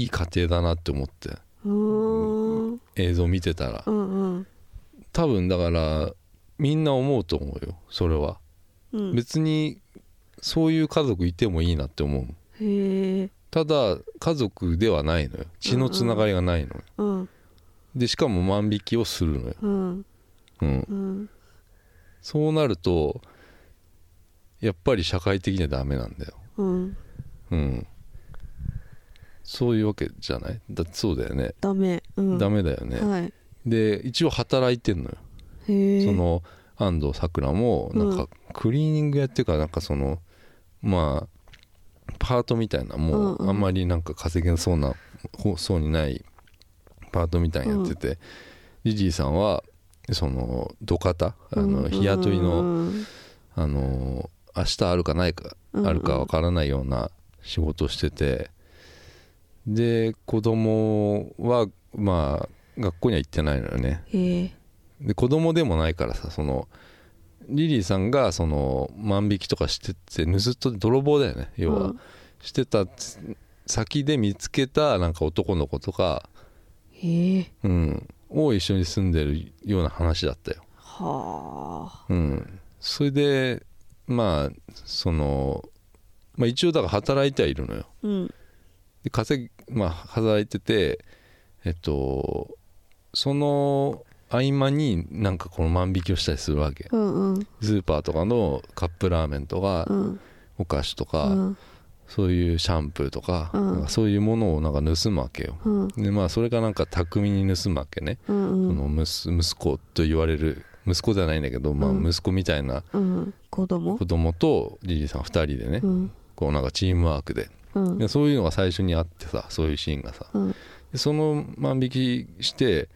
い家庭だなって思ってうーん映像見てたら、うんうん多分だからみんな思うと思うよそれは、うん別にそういう家族いてもいいなって思うへえただ家族ではないのよ血のつながりがないのよ、うんでしかも万引きをするのよ、うんうん、うんそうなるとやっぱり社会的にはダメなんだよ、うんうん、そういうわけじゃないだってそうだよね、ダメうんダメだよね、はいで一応働いてんのよへえその安藤サクラもなんかクリーニング屋っていうかなんかそのまあパートみたいなうんもううんあんまりなんか稼げそうなほそうにないパートみたいなのやってて、リリーさんはその土方あうのん日雇いの、うんあの明日あるかないか、うんあるかわからないような仕事をしててで子供はまあ学校には行ってないのよね、へえで子供でもないからさそのリリーさんがその万引きとかしてて盗っ人泥棒だよね要は、うんしてたつ先で見つけたなんか男の子とか、へえうん、を一緒に住んでるような話だったよ、はあうん、それでまあそのまあ、一応だから働いてはいるのようんで稼ぎまあ働いててえっとその合間になんかこの万引きをしたりするわけうんうんスーパーとかのカップラーメンとかうんお菓子とうか、んそういうシャンプーとか,、うんなんかそういうものをなんか盗むわけようんでまあそれがなんか巧みに盗むわけね、うんうそんの息息子と言われる息子じゃないんだけど、まあ、うん息子みたいなうん子供子供とリリーさん2人でね、うんこうなんかチームワークでうんでそういうのが最初にあってさそういうシーンがさうんでその万引きして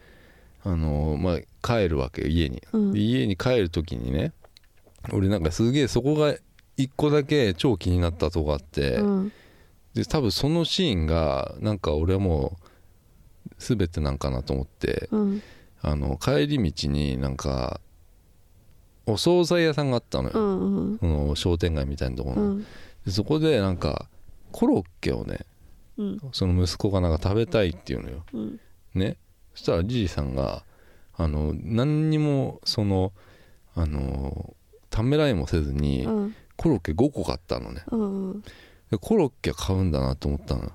あのまあ帰るわけよ家に、うんで家に帰る時にね俺なんかすげえそこが一個だけ超気になったとこがあって、うんで多分そのシーンがなんか俺はもう全てなんかなと思ってうんあの帰り道になんかお惣菜屋さんがあったのうよ、んうんその商店街みたいなところうの、んでそこでなんかコロッケをねうんその息子がなんか食べたいっていうのようんねそしたらじいさんがあの何にもそのあのためらいもせずにうんコロッケ5個買ったのねうんでコロッケ買うんだなと思っ [laughs] たの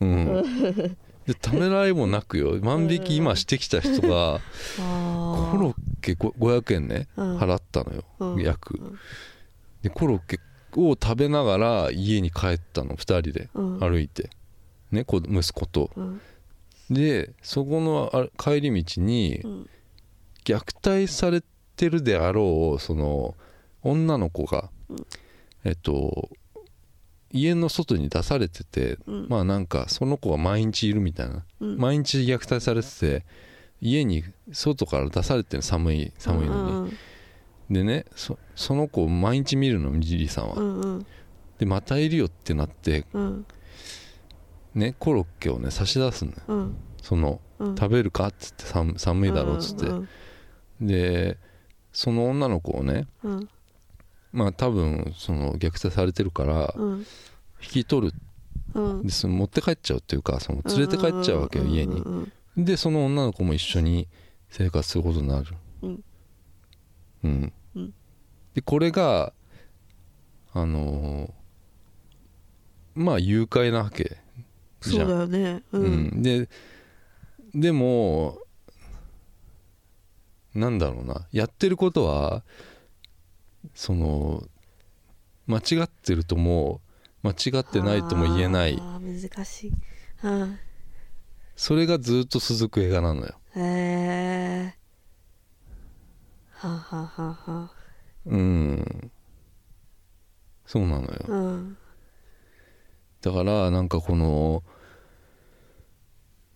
うんでためらいもなくよ万引き今してきた人があコロッケご500円ねうん払ったのよ、うん約うんでコロッケを食べながら家に帰ったの2人でうん歩いて、ね、子息子とうんでそこのあ帰り道にうん虐待されてるであろうその女の子が、うんえっと家の外に出されてて、うんまあなんかその子が毎日いるみたいな、うん毎日虐待されてて家に外から出されてる寒い寒いのに、でねそその子を毎日見るのジリーさんは、うんうんでまたいるよってなってうんねコロッケをね差し出すのようんそのうん食べるかっつって寒寒いだろうっつって、うんでその女の子をねうんまあ多分その虐待されてるからうん引き取るうんでその持って帰っちゃうっていうかその連れて帰っちゃうわけよんん家うにんでその女の子も一緒に生活することになるうんうんうんでこれがあのーまあ誘拐なわけそうじゃんだよねううんん、ででもなんだろうなやってることはその間違ってるとも間違ってないとも言えないあー難しいあそれがずっと続く映画なのよ、ーへえはあはあはあはあうん、そうなのようんだからなんかこの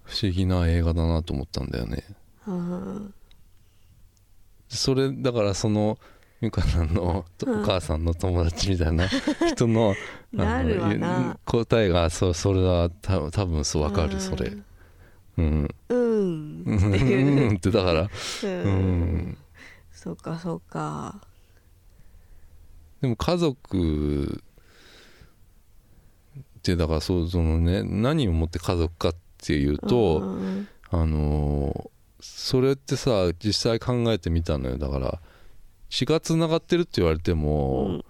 不思議な映画だなと思ったんだよねうんそれだからその美香さんのとうんお母さんの友達みたいな人のあのなるわな答えがそうそれはた多分そうわかうんるそれうんうんうっていん [laughs] うってだからううんんそうかそうかでも家族ってだからそうそのね何をもって家族かっていううとんうんあのーそれってさ実際考えてみたのよだから血がつながってるって言われても、うん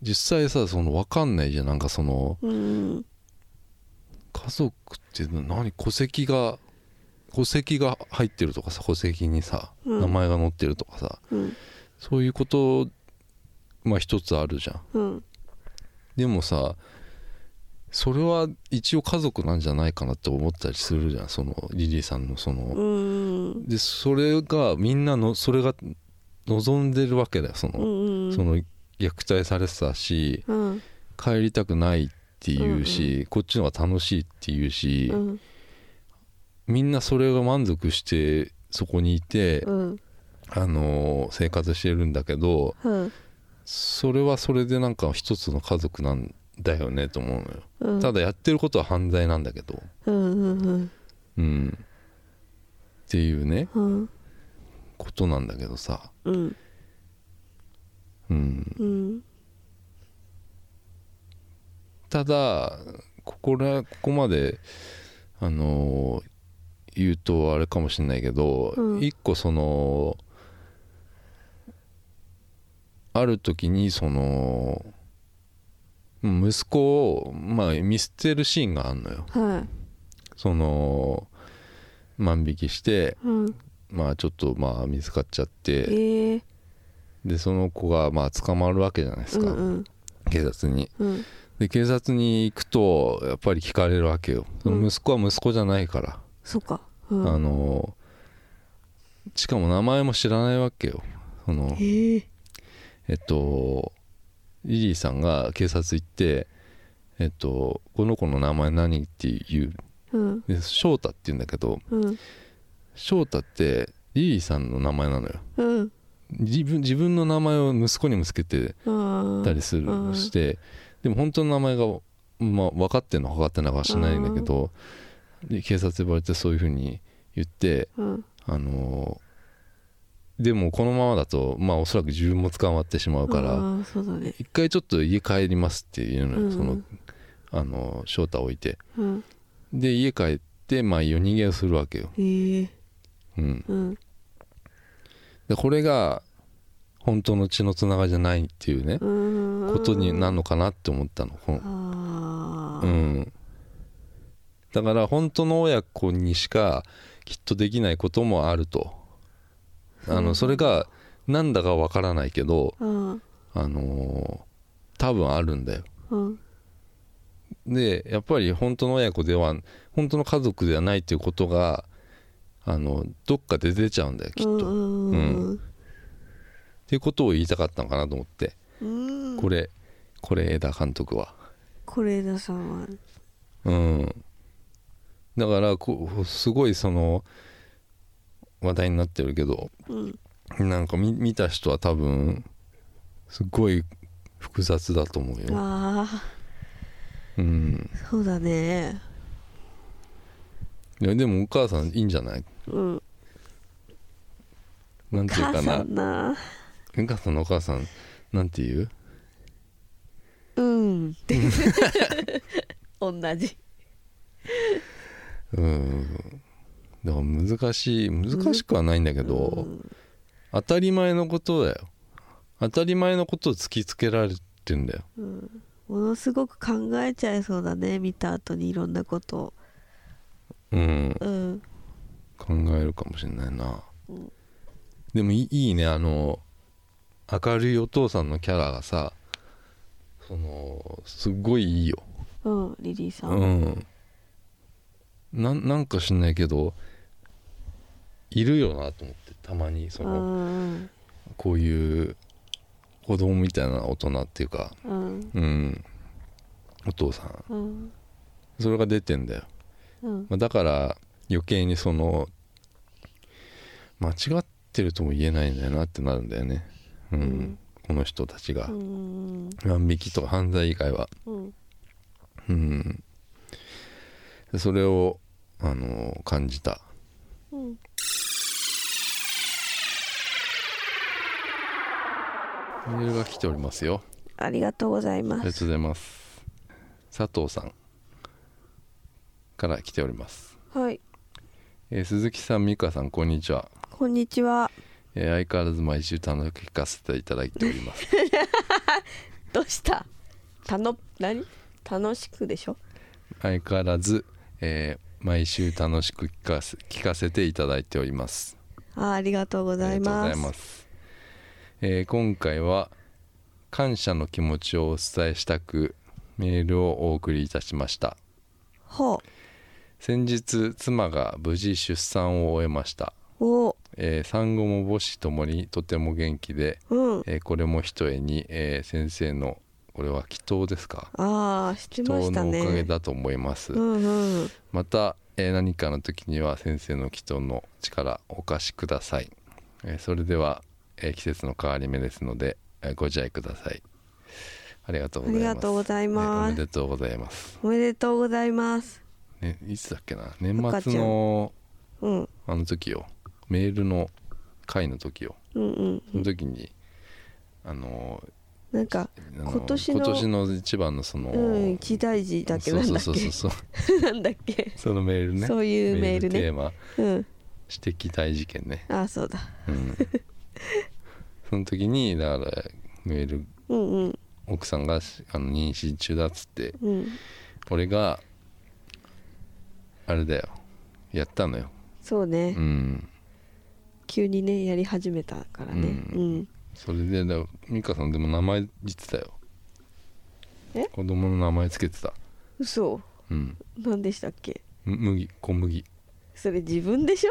実際さその分かんないじゃんなんかそのうん家族って何戸籍が戸籍が入ってるとかさ戸籍にさうん名前が載ってるとかさ、うんそういうことまあ一つあるじゃんうんでもさそれは一応家族なんじゃないかなって思ったりするじゃんそのリリーさんのそのうんでそれがみんなのそれが望んでるわけだよその、うんその虐待されてたし、うん帰りたくないっていうし、こっちの方が楽しいっていうし、うんみんなそれが満足してそこにいて、うんあのー生活してるんだけどうんそれはそれでなんか一つの家族なんだよねと思うのよ、うんただやってることは犯罪なんだけどうんうんうんっていうねうんことなんだけどさうんうんうんただここらここまであのー言うとあれかもしれないけど、うん一個そのある時にそのうん息子を、まあ、見捨てるシーンがあんのよはその万引きしてい、うん、まあちょっとまあ見つかっちゃっえてー、でその子がまあ捕まるわけじゃないですうんか、うん警察にうんで警察に行くとやっぱり聞かれるわけよ、その息子は息子じゃないから、そうか、うん、あのしかも名前も知らないわけよそのえー、えっとリリーさんが警察行ってえっとこの子の名前何っていううんで翔太って言うんだけどうん翔太ってリリーさんの名前なのようん自分自分の名前を息子にもつけてあたりするうんしてでも本当の名前が、まあ、分かってんのか分かってんのかは知らないんだけどで警察呼ばれてそういうふうに言ってあ、うん、あのーでもこのままだとまあおそらく自分も捕まってしまうから、あーそうだね一回ちょっと家帰りますっていうのよ、うんそのあの翔太を置いてうんで家帰ってまあ夜逃げをするわけよ、えー、うん、うんでこれが本当の血のつながりじゃないっていうね、うんことになるのかなって思ったの、このあうーん、だから本当の親子にしかきっとできないこともあるとあのそれがなんだかわからないけどうんあのー多分あるんだようんでやっぱり本当の親子では本当の家族ではないっていうことがあのどっかで出ちゃうんだよきっと、うっんうんていうことを言いたかったのかなと思って、うんこれこれ枝監督は是枝さんはうんだからこうすごいその話題になってるけどうんなんか見見た人は多分すごい複雑だと思うよ、ああうん、そうだねいやでもお母さんいいんじゃないうんなんていう母かさなんなお母さんのお母さんなんて言ううんって同じうんだから難しい難しくはないんだけど、当たり前のことだよ当たり前のことを突きつけられてんだよものすごく考えちゃいそうだね見た後にいろんなことをうんうん考えるかもしれないな、うんでもいいいいねあの明るいお父さんのキャラがさそのすっごいいいようんリリーさん、うんなんなんか知んないけどいるよなと思ってたまにその、うんこういう子供みたいな大人っていうかうんうんお父さんうんそれが出てんだよ、うんまあ、だから余計にその間違ってるとも言えないんだよなってなるんだよねうん、うんこの人たちがう、ん万引きとか犯罪以外はうんうんでそれをあの感じたうんメールが来ておりますよありがとうございあまりがすとうございます佐藤さんから来ております、はいえー鈴木さん美香さんこんにちは、こんにちはえー相変わらず毎週楽しく聞かせていただいておりますどうしたたの何楽しくでしょ相変わらず、えー毎週楽しく聞かせ聞かせていただいておりますあありがとうございありまがとうございますす、えー今回は感謝の気持ちをお伝えしたくメールをお送りいたしましたほ先日妻が無事出産を終えましたうおえー産後も母子ともにとても元気で、うんえーこれもひとえに、えー先生のこれは祈祷ですかああして祈ま祷したのおねかげだと思います、うんうんまた、えー何かの時には先生の祈祷の力お貸しください、えーそれでは、えー季節の変わり目ですので、えーご自愛くださいありがとうございまあすりがとうございますねおめでとうございます、おめでとうございますね、いつだっけな年末のうんあの時よメールの回の時ようんうんその時に、あのなんかあの今年の今年の一番のその、うん一大事だっけそなうんそうだっそうそうけそ [laughs] うなんだっけそのメールねそういうメールねテーマうん私的大事件ね、ああそうだうん、その時にだからメールうんうん奥さんがしあの妊娠中だっつってうん俺があれだよやったのよそうね、うん急にねやり始めたからねううん、それでだ美香さんでも名前言ってたよえ子供の名前つけてた嘘うん何でしたっけむ麦小麦いそれ自分でしょ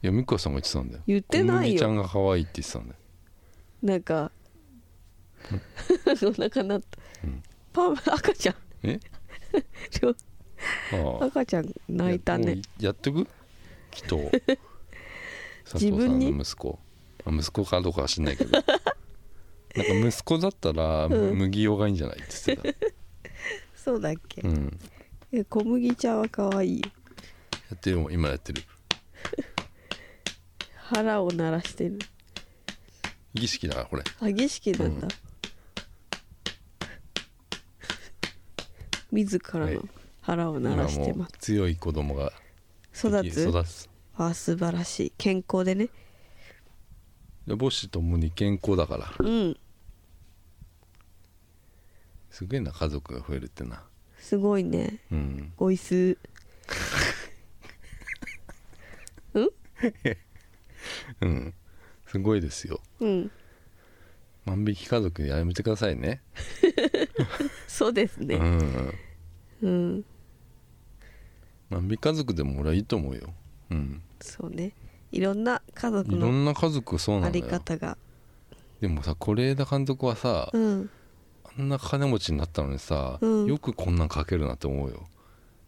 や美香さんが言ってたんだよ言って小な麦いちゃんよが可愛いって言ってたんだよなんか [laughs] お腹なった、うんパン赤ちゃんえちょああ赤ちゃん泣いたやねもうやっとくき [laughs] っと佐藤自さ分んにの息子あ息子かどうかは知んないけど [laughs] なんか息子だったら、むうん麦用がいいんじゃないって言ってそうだっけ、た、うん、え小麦ちゃんは可愛いよやってるもん今やってる腹を鳴らしてる儀式だなこれあ儀式なんだ、う自らはいの腹を鳴らして今もまう強い子供がす、育つ育つあ素晴らしい健康でね母子ともに健康だからうんすげえな家族が増えるってなすごいねうんごいすうんすごいですようん万引き家族やめてくださいねそうですうねんうん万引き家族でも俺はいいと思うようんそうねいろんな家族いろのんな家族そうなあんだりよ方がでもさ是枝監督はさうんあんな金持ちになったのにさうんよくこんなん書けるなって思うよ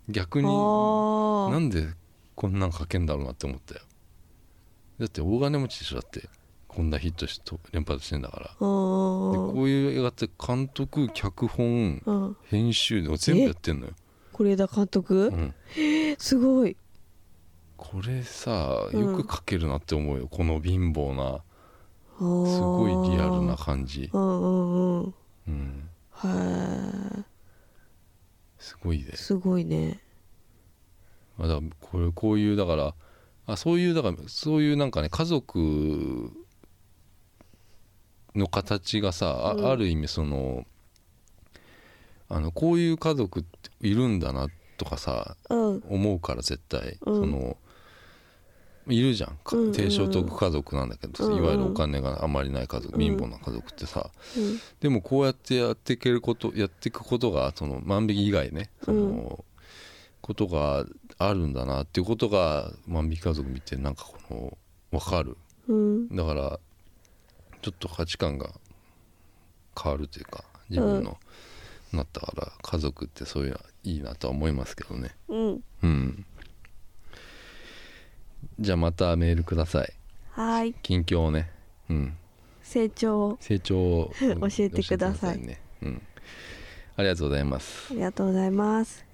逆にあなあんでこんなん書けんだろうなって思ったよだって大金持ちでしょだってこんなヒットしと連発してんだかあらでこーういう映画って監督脚本うん編集で全部やってんのよ、是枝監督、うん、すごいこれさうんよく書けるなって思うよこの貧乏なすごすごいリアルな感じう、んうんうんうん、はすごいでいすごいねまあだからこれこういうだからあそういうだからそういうなんかね家族の形がさあ,、うんる意味そのあのこういう家族っているんだなとかさうん思うから絶対、うんそのいるじゃんうかんうんうん低所得家族なんだけど、うんうんいわゆるお金があまりない家族、うん貧乏な家族ってさでもこうやってやっていけることやっていくことがその万引き以外ねその、うんことがあるんだなっていうことが万引き家族見てなんかこの分かるうんうんだからちょっと価値観が変わるというか自分の、なったから家族ってそういうのはいいなとは思いますけどねうんうんじゃあまたメールくださいはい近況をねうん成長を成長を教えてください教えてねうん、ありがとうございますあ、りがとうございます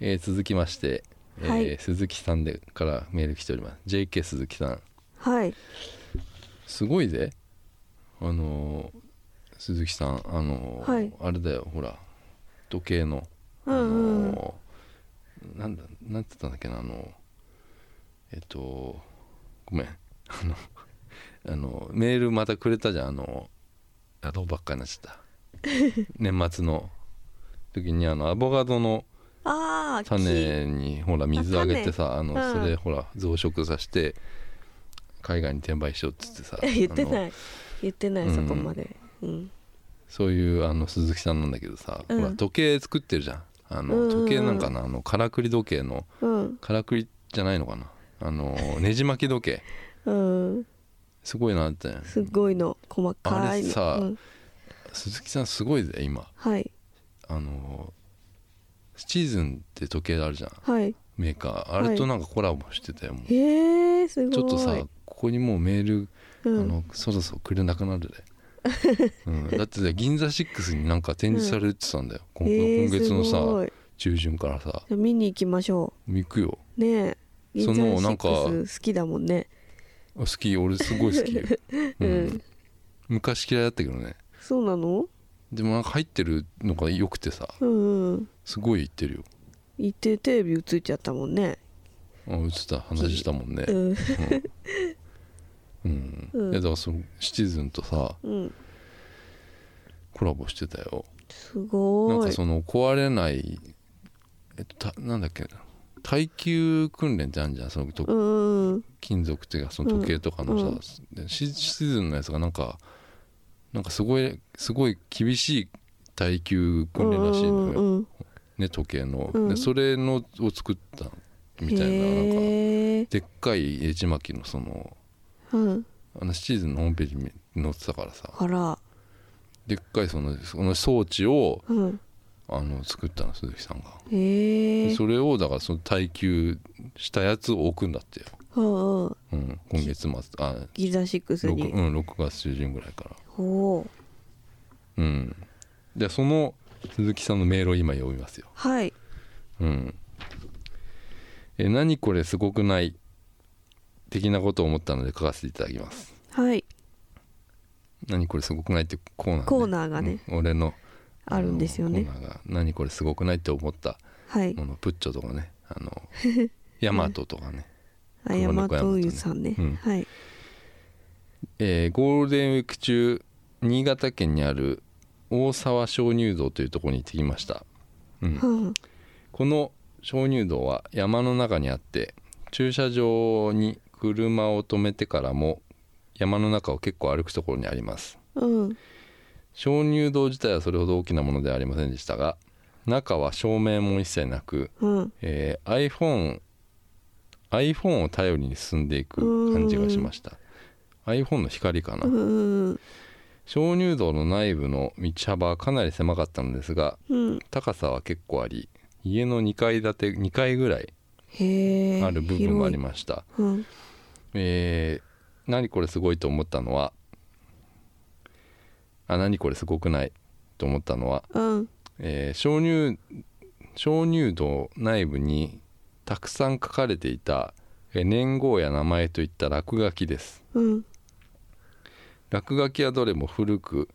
えー続きまして、えーはい鈴木さんでからメール来ております JK 鈴木さんはいすごいぜあのー鈴木さんあのーはいあれだよほら時計の、うんうんあのーなんだなんて言ったんだっけなあのーえっとごめん [laughs] あのあのメールまたくれたじゃんあのあどうばっかりになっちゃった [laughs] 年末の時にあのアボカドのああ種にほら水あげてさあのうんそれほら増殖させて海外に転売しようっつってさ [laughs] 言ってあのない言ってないうんそこまでうんそういうあの鈴木さんなんだけどさ、うんほら時計作ってるじゃんあうんうんのうん時計なんかなあのからくり時計のうんからくりじゃないのかなあ [laughs] のねじ巻き時計うんすごいなってすごいの細かいあのれさうん鈴木さんすごいぜ今はいあのシーズンって時計あるじゃんはいメーカーあれとなんかコラボしてたよ、もうへえすごいちょっとさここにもうメールうあんのそろそろくれなく [laughs] なるで、うん、だってさ銀座6になんか展示されてた [laughs] んだよ、今へー今月のすごさい中旬からさじゃあ見に行きましょ行くようねえその銀座なんか6好きだもんねあ好き俺すごい好き、うん [laughs] うん昔嫌いだったけどねそうなのでもなんか入ってるのが良くてさうんうんすごい行ってるよ行ってテレビ映っちゃったもんねあ映った話したもんねうんうん、うんいやだからそのシチズンとさうんコラボしてたよすなんごかいその壊れないえっとたなんだっけ耐久訓練ってあるじゃんそのとうん金属っていうかその時計とかのさ、うんでシシズンのやつがなんかなんかすごいすごい厳しい耐久訓練らしいのよ、うんね時計の、うんでそれのを作ったみたいななんかへえでっかいエジマキのそのうんあのシーズンのホームページに載ってたからさあらでっかいそのその装置をうんあの作ったの鈴木さんが、へでえそれをだからその耐久したやつを置くんだってよ、うんうんうん、今月末あギザシックス 6,、にうん、6月中旬ぐらいからおおうんでその鈴木さんのメールを今読みますよはいうん、え何これすごくない的なことを思ったので書かせていただきますはい何これすごくないってコーナー、ね、コーナーがねうん俺のあるんですよねあのコーナーが何これすごくないって思ったはいものプッチョとかね [laughs] あのヤマトとかね、あ熊や猫ま山ととねうゆさんねうんはいえーゴールデンウィーク中新潟県にある大沢鍾乳洞というところに行ってきました、うん、うんこの鍾乳洞は山の中にあって駐車場に車を止めてからも山の中を結構歩くところにありますうん鍾乳洞自体はそれほど大きなものではありませんでしたが中は照明も一切なく、うんえー iPhone, iPhone を頼りに進んでいく感じがしました iPhone の光かな、うん鍾乳洞の内部の道幅はかなり狭かったのですがうん高さは結構あり家の2階建て2階ぐらいへえある部分もありまました、すうんえー何これすごいと思ったのはあ何これすごくないと思ったのは、うんえー鍾乳鍾乳洞内部にたくさん書かれていたえー年号や名前といった落書きですうん落書きはどれも古く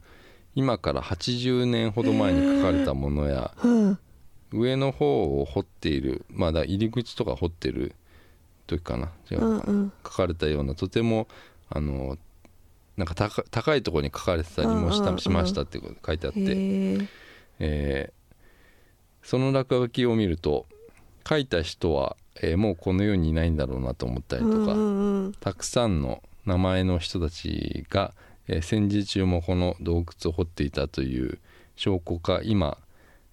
今から80年ほど前に書かれたものやうん上の方を掘っているまだ入り口とか掘ってる時かな違うのかな、うん書かれたようなとてもあのなんか高高いところに書かれてたりもしうんうんうたんしましたって書いてあっうんへて、ええーその落書きを見ると書いた人は、えーもうこの世にいないんだろうなと思ったりうとんか、うんうんたくさんの名前の人たちが、えー戦時中もこの洞窟を掘っていたという証拠か今、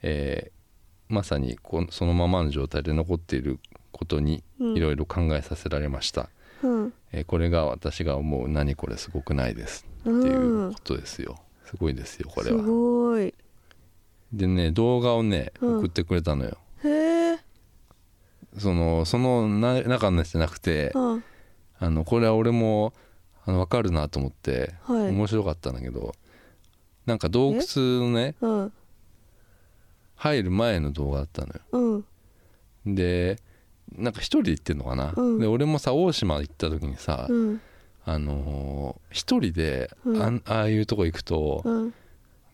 えーまさにこそのままの状態で残っていることにうんいろいろ考えさせられました。うんえーこれが私が思う「何これすごくないです」うっていんうことですよ、すごいですよこれすはごいでね動画をねうん送ってくれたのよ、へえそのそのな中のやつじゃなくてうんあのこれは俺もあの分かるなと思って、はい面白かったんだけどなんか洞窟のねうん入る前の動画だったのようんでなんか一人で行ってんのかな、うんで俺もさ大島行った時にさ、うんあのー一人であ,、うんん、ああいうとこ行くと、うん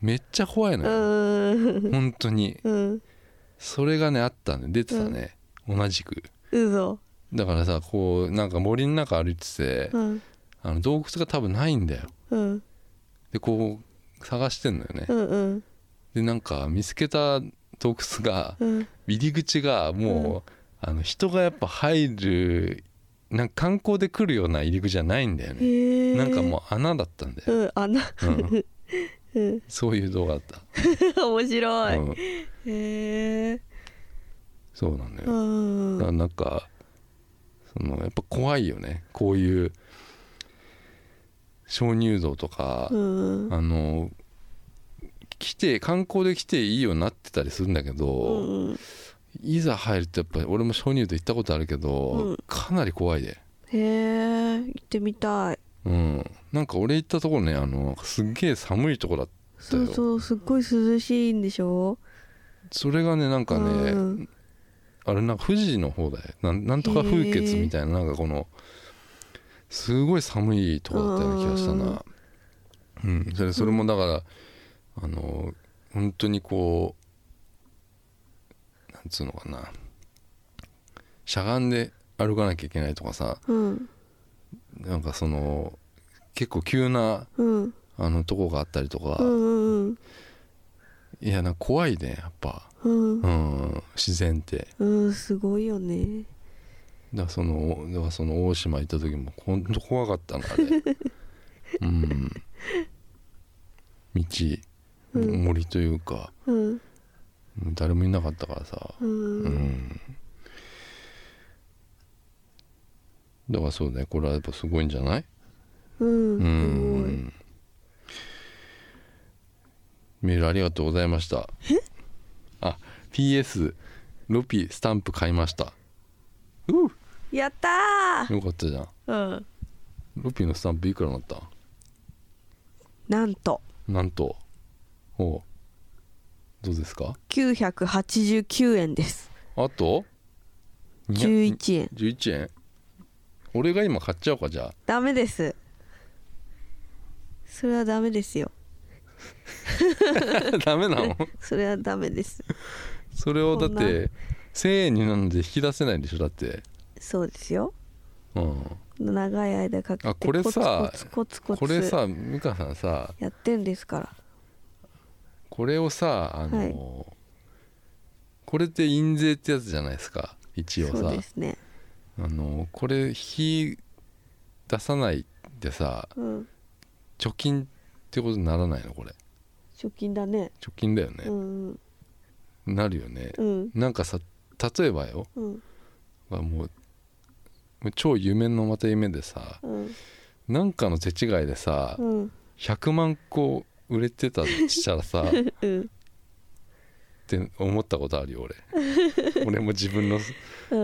めっちゃ怖いのよ、うん本当にうんそれがねあったね出てたね、同じくうぞだからさこうなんか森の中歩いてて、うんあの洞窟が多分ないんだようんでこう探してんのよね、うんうんでなんか見つけた洞窟がうん入り口がもう、あの人がやっぱ入るなんか観光で来るような入り口じゃないんだよね、へえなんかもう穴だったんだよ、うん穴うんうんそういう動画だった、面白い、うん、へえそうなんだうよ、んだからなんかそのやっぱ怖いよねこういう鍾乳洞とか、うんあの来て観光で来ていいようになってたりするんだけど、うんいざ入るとやっぱり俺も鍾乳洞行ったことあるけど、うんかなり怖いで、へえ行ってみたいうん、なんか俺行ったところねあのすっげえ寒いとこだったそようそうすっごい涼しいんでしょそれがねなんかね、うんあれなんか富士の方だよなんなんとか風穴みたいななんかこのすごい寒いとこだったような気がしたなうんそれそれもだから、あの本当にこうなんつうのかなしゃがんで歩かなきゃいけないとかさうんなんかその結構急なうんあのとこがあったりとか、うんうんいやなんか怖いねやっぱ、うんううんん、自然ってうんすごいよねだからそのだからその大島行った時もほんと怖かったな [laughs] あれうん道、うん森というかうん誰もいなかったからさううん、んだからそうねこれはやっぱすごいんじゃないうんうすんメールありがとうございましたあ PS ロピスタンプ買いましたううごいやったよかったじゃんーうんロピのスタンプいくらになったなんとなんとおうどうですか989円ですあと200 11円11円俺が今買っちゃおうかじゃあダメですそれはダメですよ [laughs] ダメなのそれはダメですそれをだっそんなて1000円になるので引き出せないでしょだってそうですようん長い間かけあてこれさコツコツコツコこツれさ美香さんさやってんですからこれをさあの、はいこれって印税ってやつじゃないですか一応そうさですねあのこれ引き出さないでさうん貯金ってことにならないのこれ貯金だね貯金だよねう、んなるよねう、んなんかさ例えばようんもうもう超夢のまた夢でさうんなんかの手違いでさ、うん100万個売れてたとした [laughs] らさっうんて思ったことあるよ俺俺も自分のスう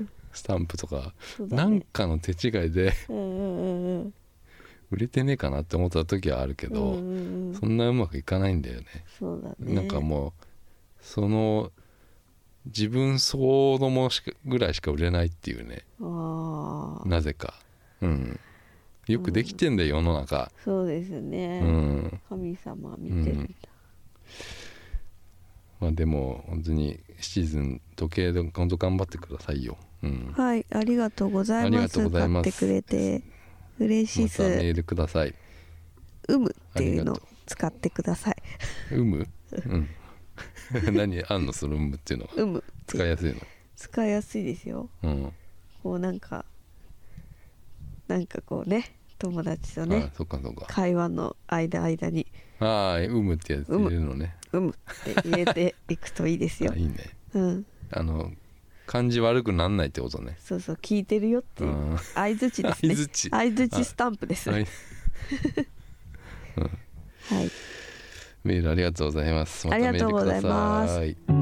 んスタンプとか、そうだなんねかの手違いで [laughs] うんうんうんうん売れてねえかなって思った時はあるけうんうど、んうんそんなうまくいかないんだよねそうだねなんかもうその自分そのものしかぐらいしか売れないっていうねああなぜかうんよくできてんだよ世の中そうですうね、ん神様見てるみたいまあでも本当にシーズン時計で本当頑張ってくださいようんはいありがとうございありまがとすうござい買まっすてくれて嬉しいまったメすールくださいうむっていうあのりがとう使ってください有無 [laughs] うん何あんのその有無っていうのはうむ使いやすいの使いやすいですようんこうなんかなんかこうね友達とあねそっかそっか会話の間間にああ有無ってやつ入れるのね「うむ」って入れていくといいですよあいいねうんあの感じ悪くなんないってことねそうそう聞いてるよっていううん相づちですね相槌相づちスタンプですははいい、メールありがとうございます。またありがとうございますメールくだ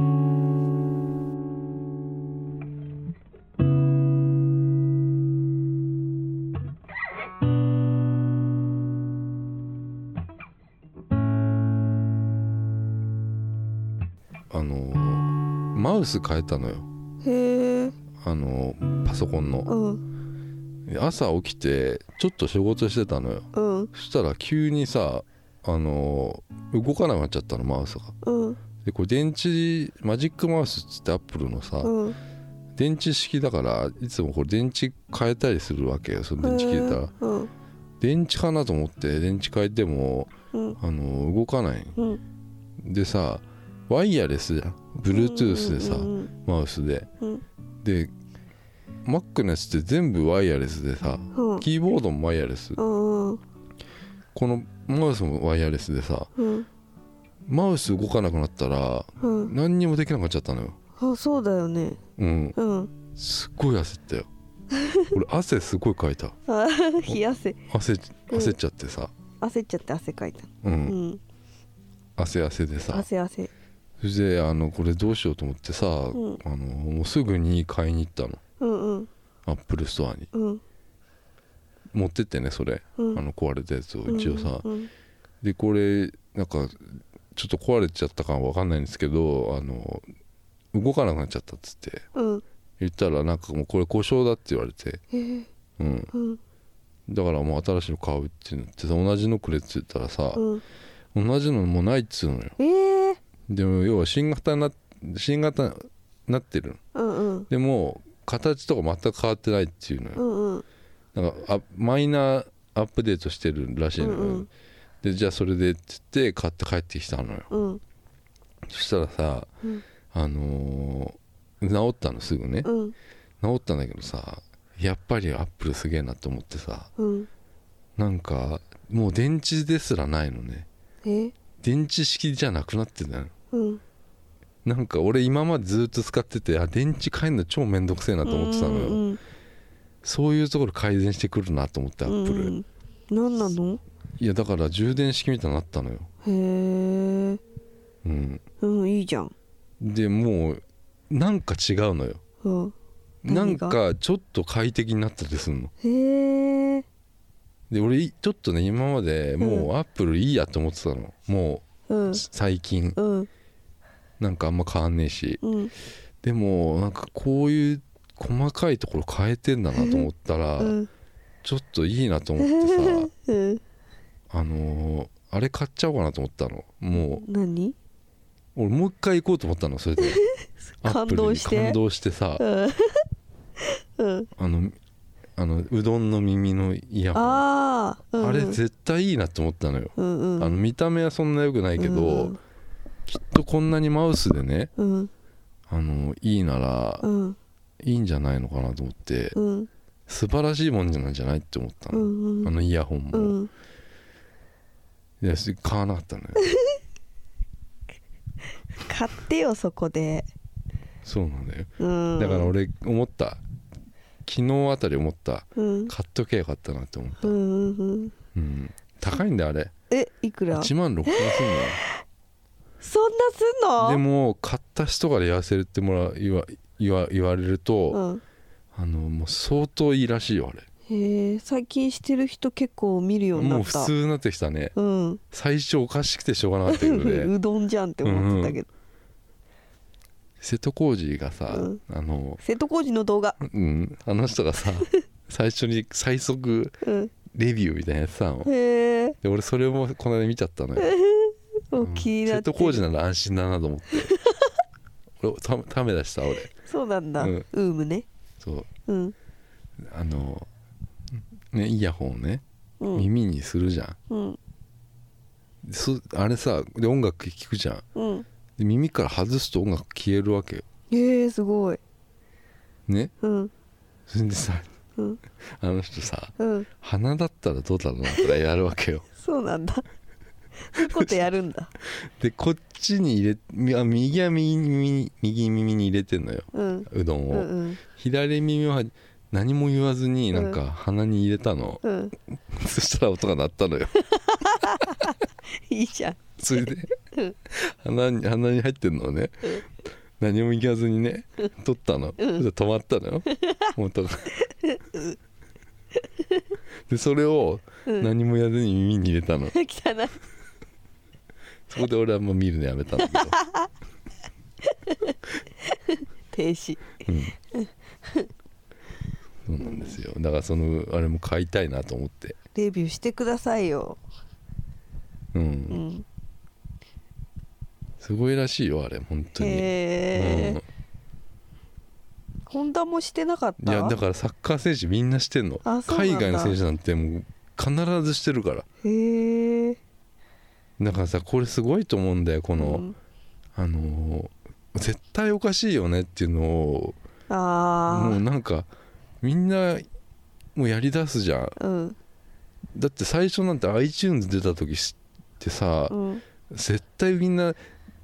さい。あのマウス変えたのよ。へえあのパソコンのうん朝起きてちょっと仕事してたのよ。うんそしたら急にさあの動かなくなっちゃったのマウスが。うんでこれ電池マジックマウスっつってアップルのさ、うん電池式だからいつもこれ電池変えたりするわけよその電池切れたら、うん電池かなと思って電池変えてもうんあの動かないうんでさワイヤレスじゃん Bluetooth でさ、うんマウスでうんで Mac のやつって全部ワイヤレスでさうんキーボードもワイヤレうスんこのマウスもワイヤレスでさうんマウス動かなくなったらうん何にもできなくなっちゃったのよあそうだよねうんうんすっごい [laughs] 焦ったよ俺汗すごいかいたあ冷や汗汗うん焦っちゃってさ、焦っちゃって汗かいたうんうん汗汗でさ汗汗それであのこれどうしようと思ってさ、んあのもうすぐに買いに行ったのうんうんアップルストアにうん持ってってねそれ、うんあの壊れたやつを一応さ、うんでこれなんかちょっと壊れちゃったかわかんないんですけどあの動かなくなっちゃったっつってうん言ったらなんかもうこれ故障だって言われて、へえうん、うんだからもう新しいの買うってなってさ同じのくれって言ったらさ、うん同じのもうないっつうのよええでも要は新型な新型になってるうのんうんでも形とか全く変わってないっていうのうよ、んうんなんかあマイナーアップデートしてるらしいのよ、うんうんでじゃあそれでって言って買って帰ってきたのようんそしたらさうんあのー治ったのすぐねうん治ったんだけどさやっぱりアップルすげえなと思ってさうんなんかもう電池ですらないのねえ電池式じゃなくなってたのうんなんか俺今までずっと使っててあ電池変えるの超めんどくせえなと思ってたのよ、うんそういうところ改善してくるなと思ってアうッんプル、うん何なのいやだから充電式みたいになったのよ、へえうん、うんいいじゃんでもうなんか違うのようんな何んがかちょっと快適になったりするのへえで俺いちょっとね今までもううアップルいいやと思ってたのもうんう最近うんなんかあんま変わんねえしうんでもなんかこういう細かいところ変えてんだなと思ったら [laughs] うんちょっといいなと [laughs] 思ってうんさあのーあれ買っちゃおうかなと思ったのも何う俺もう一回行こうと思ったのそれでアッ [laughs] 感プル動にして感動してさうんうんあのあのうどんの耳のイヤホンあ,、ああ、うんうん、れ絶対いいなと思ったのよ、うんうんあの見た目はそんな良くないけど、うんきっとこんなにマウスでねうんあのいいならうんいいんじゃないのかなと思って、うん素晴らしいもんじゃないんじゃないって思ったうの、んあのイヤホンも、うんいやし買わなかったのよ [laughs] 買ってよそこで、そうなんだようん、だから俺思った昨日あたり思ったうん買っとけばよかったなって思った、ううんんうん高いんだよあれえいくらそ1ん万6000円すん [laughs] のよなすんのでも買った人から言わせるってもらう言わ言わ言われると、うん、あのもう相当いいらしいよあれへえ最近してる人結構見るようになもうっ普た通になってきたねうん最初おかしくてしょうがなかったけどねうどんじゃんって思ってたけど、 [laughs] 瀬戸康史がさ、うんあの瀬戸康史の動画うんあの人 [laughs] がさ最初に最速うんレビューみたいなやつさのへえで俺それもこの間見ちゃったのよ、おうん気になっ瀬て戸る、康史なら安心だなと [laughs] 思って俺たため出した俺そうなんだ、ううんウームねそううんあのねイヤホンをねうん耳にするじゃん、うんそあれさで音楽聴くじゃんうんで耳から外すと音楽消えるわけよへえすごいねうんそれでさうんあの人さうん鼻だったらどうだろうなとかやるわ [laughs] けよそうなんだそういうことやるんだでこっちに入れみあ右は右耳に右耳に入れてんのようんうどんうを、んうん左耳は何も言わずになんうか鼻に入れたの、うんそしたら音が鳴ったのよいいじゃんそれでうん鼻に鼻に入ってんのをねうん何も言わずにね撮ったの、そしたら止まったのよ音がでそれをうん何もやずに耳に入れたの、汚いそこで俺はもう見るのやめたんだけど、停止うん、そうなんですよだからそのあれも買いたいなと思ってレビューしてくださいようん、うんすごいらしいよあれ本当に、へえホンダもしてなかっうん、たいやだからサッカー選手みんなしてんのあそうなん海だ外の選手なんてもう必ずしてるからへえだからさこれすごいと思うんだよここの、あのー絶対おかしいよねっていうのをあもうあなんかみんなもうやりだすじゃんうんだって最初なんて iTunes 出た時しってさ、うん絶対みんな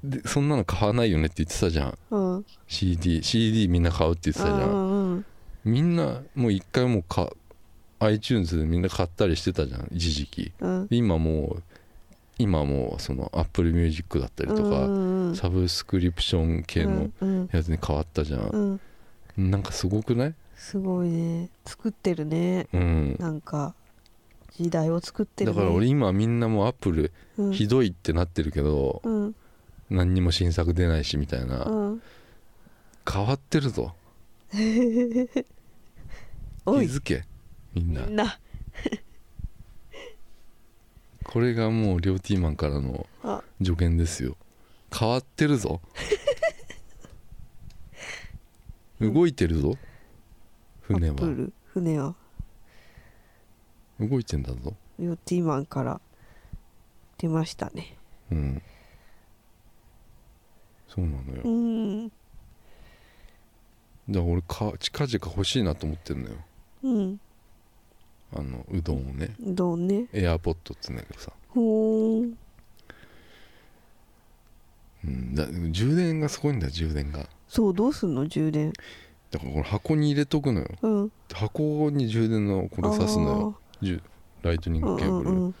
でそんなの買わないよねって言ってたじゃんうん CDCD みんな買うって言ってたじゃんうんみんなもう一回もうか iTunes でみんな買ったりしてたじゃん一時期うんで今もう今もうその Apple Music だったりとか、うんサブスクリプション系のうんやつに変わったじゃん、うんうんなんかすごくないすごいね作ってるねうんなんか時代を作ってるだねから俺今みんなもうアップルうんひどいってなってるけど、うん何にも新作出ないしみたいな、うん変わってるぞ気おいづけみんみなんなこれがもう両ティーマンからのあ助言ですよ変わって [laughs] るぞ動いてるぞ船アップはル船は動いてんだぞヨッティマンからってましたねうんそうなのようんだから俺か近々欲しいなと思ってるのようんあのうどんをねどうねエアポッドってんだけどさ、ほーうん、だ充電がすごいんだよ充電がそうどうすんの充電だからこれ箱に入れとくのようん箱に充電のこれ挿すのよじゅライトニンあーグケーブル、うんうん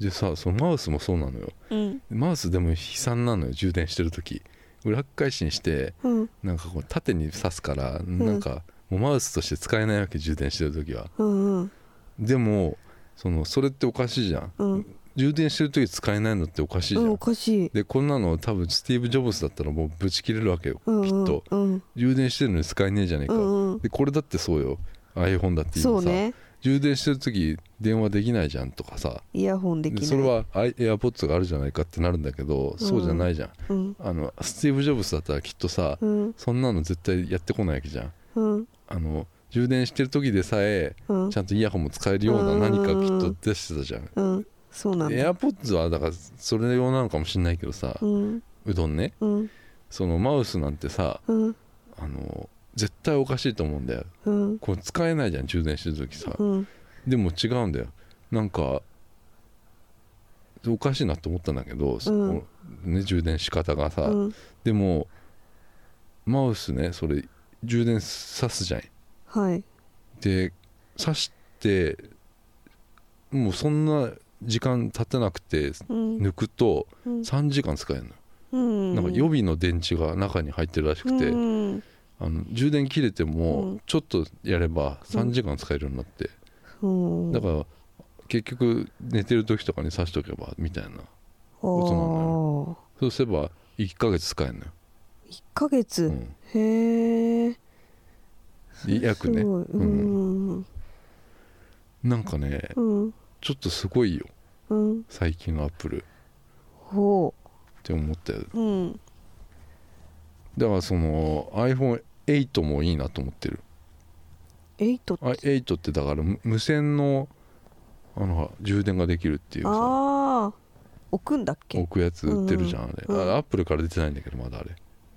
でさそのマウスもそうなのようんマウスでも悲惨なのよ充電してる時裏返しにしてうんなんかこう縦に刺すからなんかもうマウスとして使えないわけ充電してる時はうんうんでもそのそれっておかしいじゃんうん充電してる時使えないのっておかしいじゃうんおんかしいでこんなの多分スティーブ・ジョブズだったらもうブチ切れるわけようんきっとうんうん充電してるのに使えねえじゃねえうかんうんでこれだってそうよ iPhone だってそ今うさね充電してる時電話できないじゃんとかさイヤホンできなでいそれは AirPods があるじゃないかってなるんだけどそうじゃないじゃんうんあのスティーブ・ジョブズだったらきっとさうんそんなの絶対やってこないわけじゃんうんあの充電してる時でさえうんちゃんとイヤホンも使えるような何かきっと出してたじゃんうんそうなんだ AirPods はだからそれ用なのかもしんないけどさうんうどんねうんそのマウスなんてさうんあの絶対おかしいと思うんだようんこれ使えないじゃん充電してる時さうんでも違うんだよなんかおかしいなと思ったんだけど、そのね、充電仕方がさ、うんでもマウスねそれ充電さすじゃんはいで挿してもうそんな時間経たなくてうん抜くとうん3時間使えるの、うんなんか予備の電池が中に入ってるらしくて、うんあの充電切れてうもんちょっとやれば3時間使えるようになって、うんだから結局寝てる時とかに挿しとけばみたいなことなんだよそうすれば1ヶ月使えるのよ、あー一ヶ月、うんへえ約ねすごいうんなんかねうんちょっとすごいようん最近のアップルっほて思ったよううんだからその iPhone8 もいいなと思ってるエイトってあ8ってだからむ無線のあの充電ができるっていうさああ置くんだっけ置くやつ売ってるじゃんあれ、うんあアップルから出てないんだけどまだあれ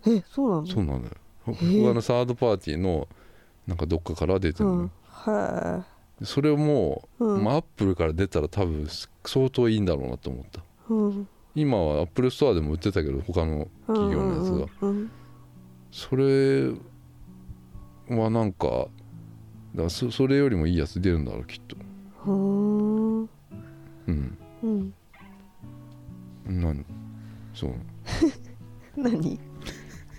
えそうなのそうなのよほー他のサードパーティーのなんかどっかから出てるのうよん、はそれも、いうんまあ、アップルから出たら多分す相当いいんだろうなと思ったうん今はアップルストアでも売ってたけど他の企業のやつうが、んそれはなんかだからそそれよりもいいやつ出るんだろうきっとうんうんうんふーんうんなんそう [laughs] 何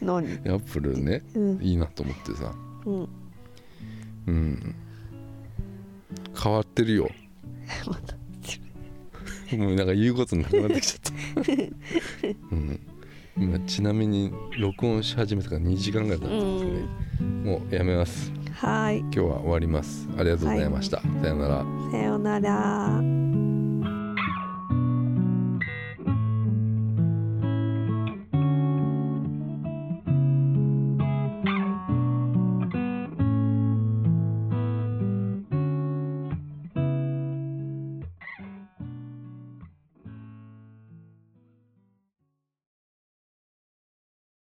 何でアップルねうんいいなと思ってさうんうん変わってるよまたもうなんか言うことなくなってきちゃったうん今ちなみに録音し始めたから2時間ぐらい経ってますねもうやめますはい今日は終わりますありがとうございました、さようならさようなら